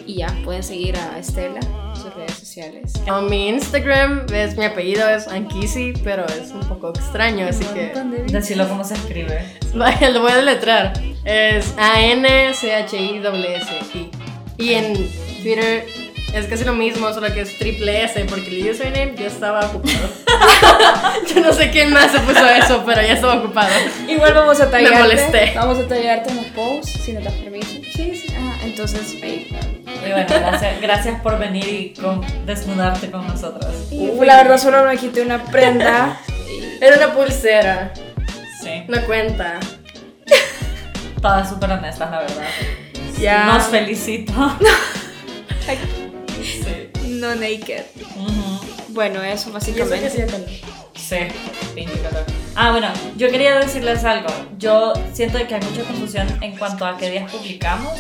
B: Y ya, pueden seguir a Estela en sus redes sociales.
C: A mi Instagram, ves, mi apellido es Ankisi, pero es un poco extraño, así
B: Un
C: que.
B: montón de bichos.
A: Decirlo como se escribe.
C: Vaya, lo voy a deletrar. Es A-N-C-H-I-S-S-I. Y en Twitter es casi lo mismo, solo que es triple S, porque el username ya estaba ocupado. Yo no sé quién más se puso eso, pero ya estaba ocupado.
B: Igual vamos a tallarte.
C: molesté.
B: Vamos a tallarte en los posts, si nos das permiso. Sí, sí. Ah, entonces, ahí.
A: Y bueno, gracias, gracias por venir y con, desnudarte con nosotros.
B: Y pues, la verdad, solo me quité una prenda.
C: Era una pulsera,
A: Sí,
C: no cuenta.
A: todas súper honestas, la verdad.
C: Ya.
A: Nos felicito. sí.
B: no naked.
A: Ujú.
B: Bueno, eso
C: Y eso que
B: básicamente.
C: hacía calor.
A: Sí. sé, 24. Ah, bueno, yo quería decirles algo. Yo siento que hay mucha confusión en cuanto a qué días publicamos.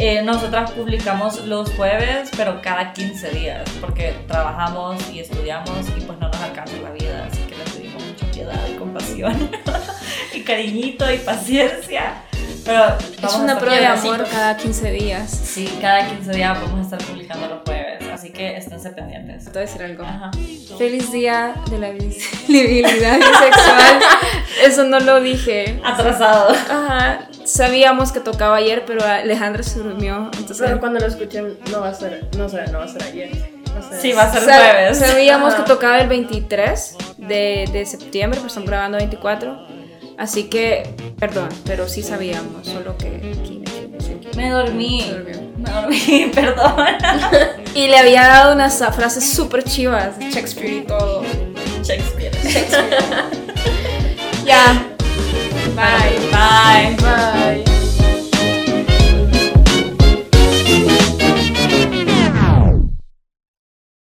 A: Eh, nosotras publicamos los jueves, pero cada 15 días, porque trabajamos y estudiamos y pues no nos alcanza la vida, así que les pedimos mucha piedad y compasión y cariñito y paciencia. Pero
B: Es
A: vamos a
B: una
A: estar
B: prueba de
A: piedadecitos.
B: amor cada 15 días.
A: Sí, cada 15 días vamos a estar publicando los jueves, así que esténse pendientes.
B: Te voy a decir algo.
A: Ajá.
B: Feliz día de la visibilidad bisexual. Eso no lo dije.
A: Atrasado.
B: Ajá. Sabíamos que tocaba ayer, pero Alejandra se durmió. Entonces,
C: Pero cuando lo escuchen no va a ser, no sé, no va a ser ayer. Va a ser-
A: Sí, va a ser
B: Sab-
A: jueves.
B: Sabíamos
C: Ajá.
B: que tocaba el 23 de, de septiembre, pero estamos grabando 24. Así que, perdón, pero sí sabíamos, solo que... aquí, aquí, aquí, aquí.
A: Me dormí.
B: Se durmió.
A: Me dormí, perdón.
B: Y le había dado unas ah, frases súper chivas, Shakespeare y todo.
A: Shakespeare.
B: Ya,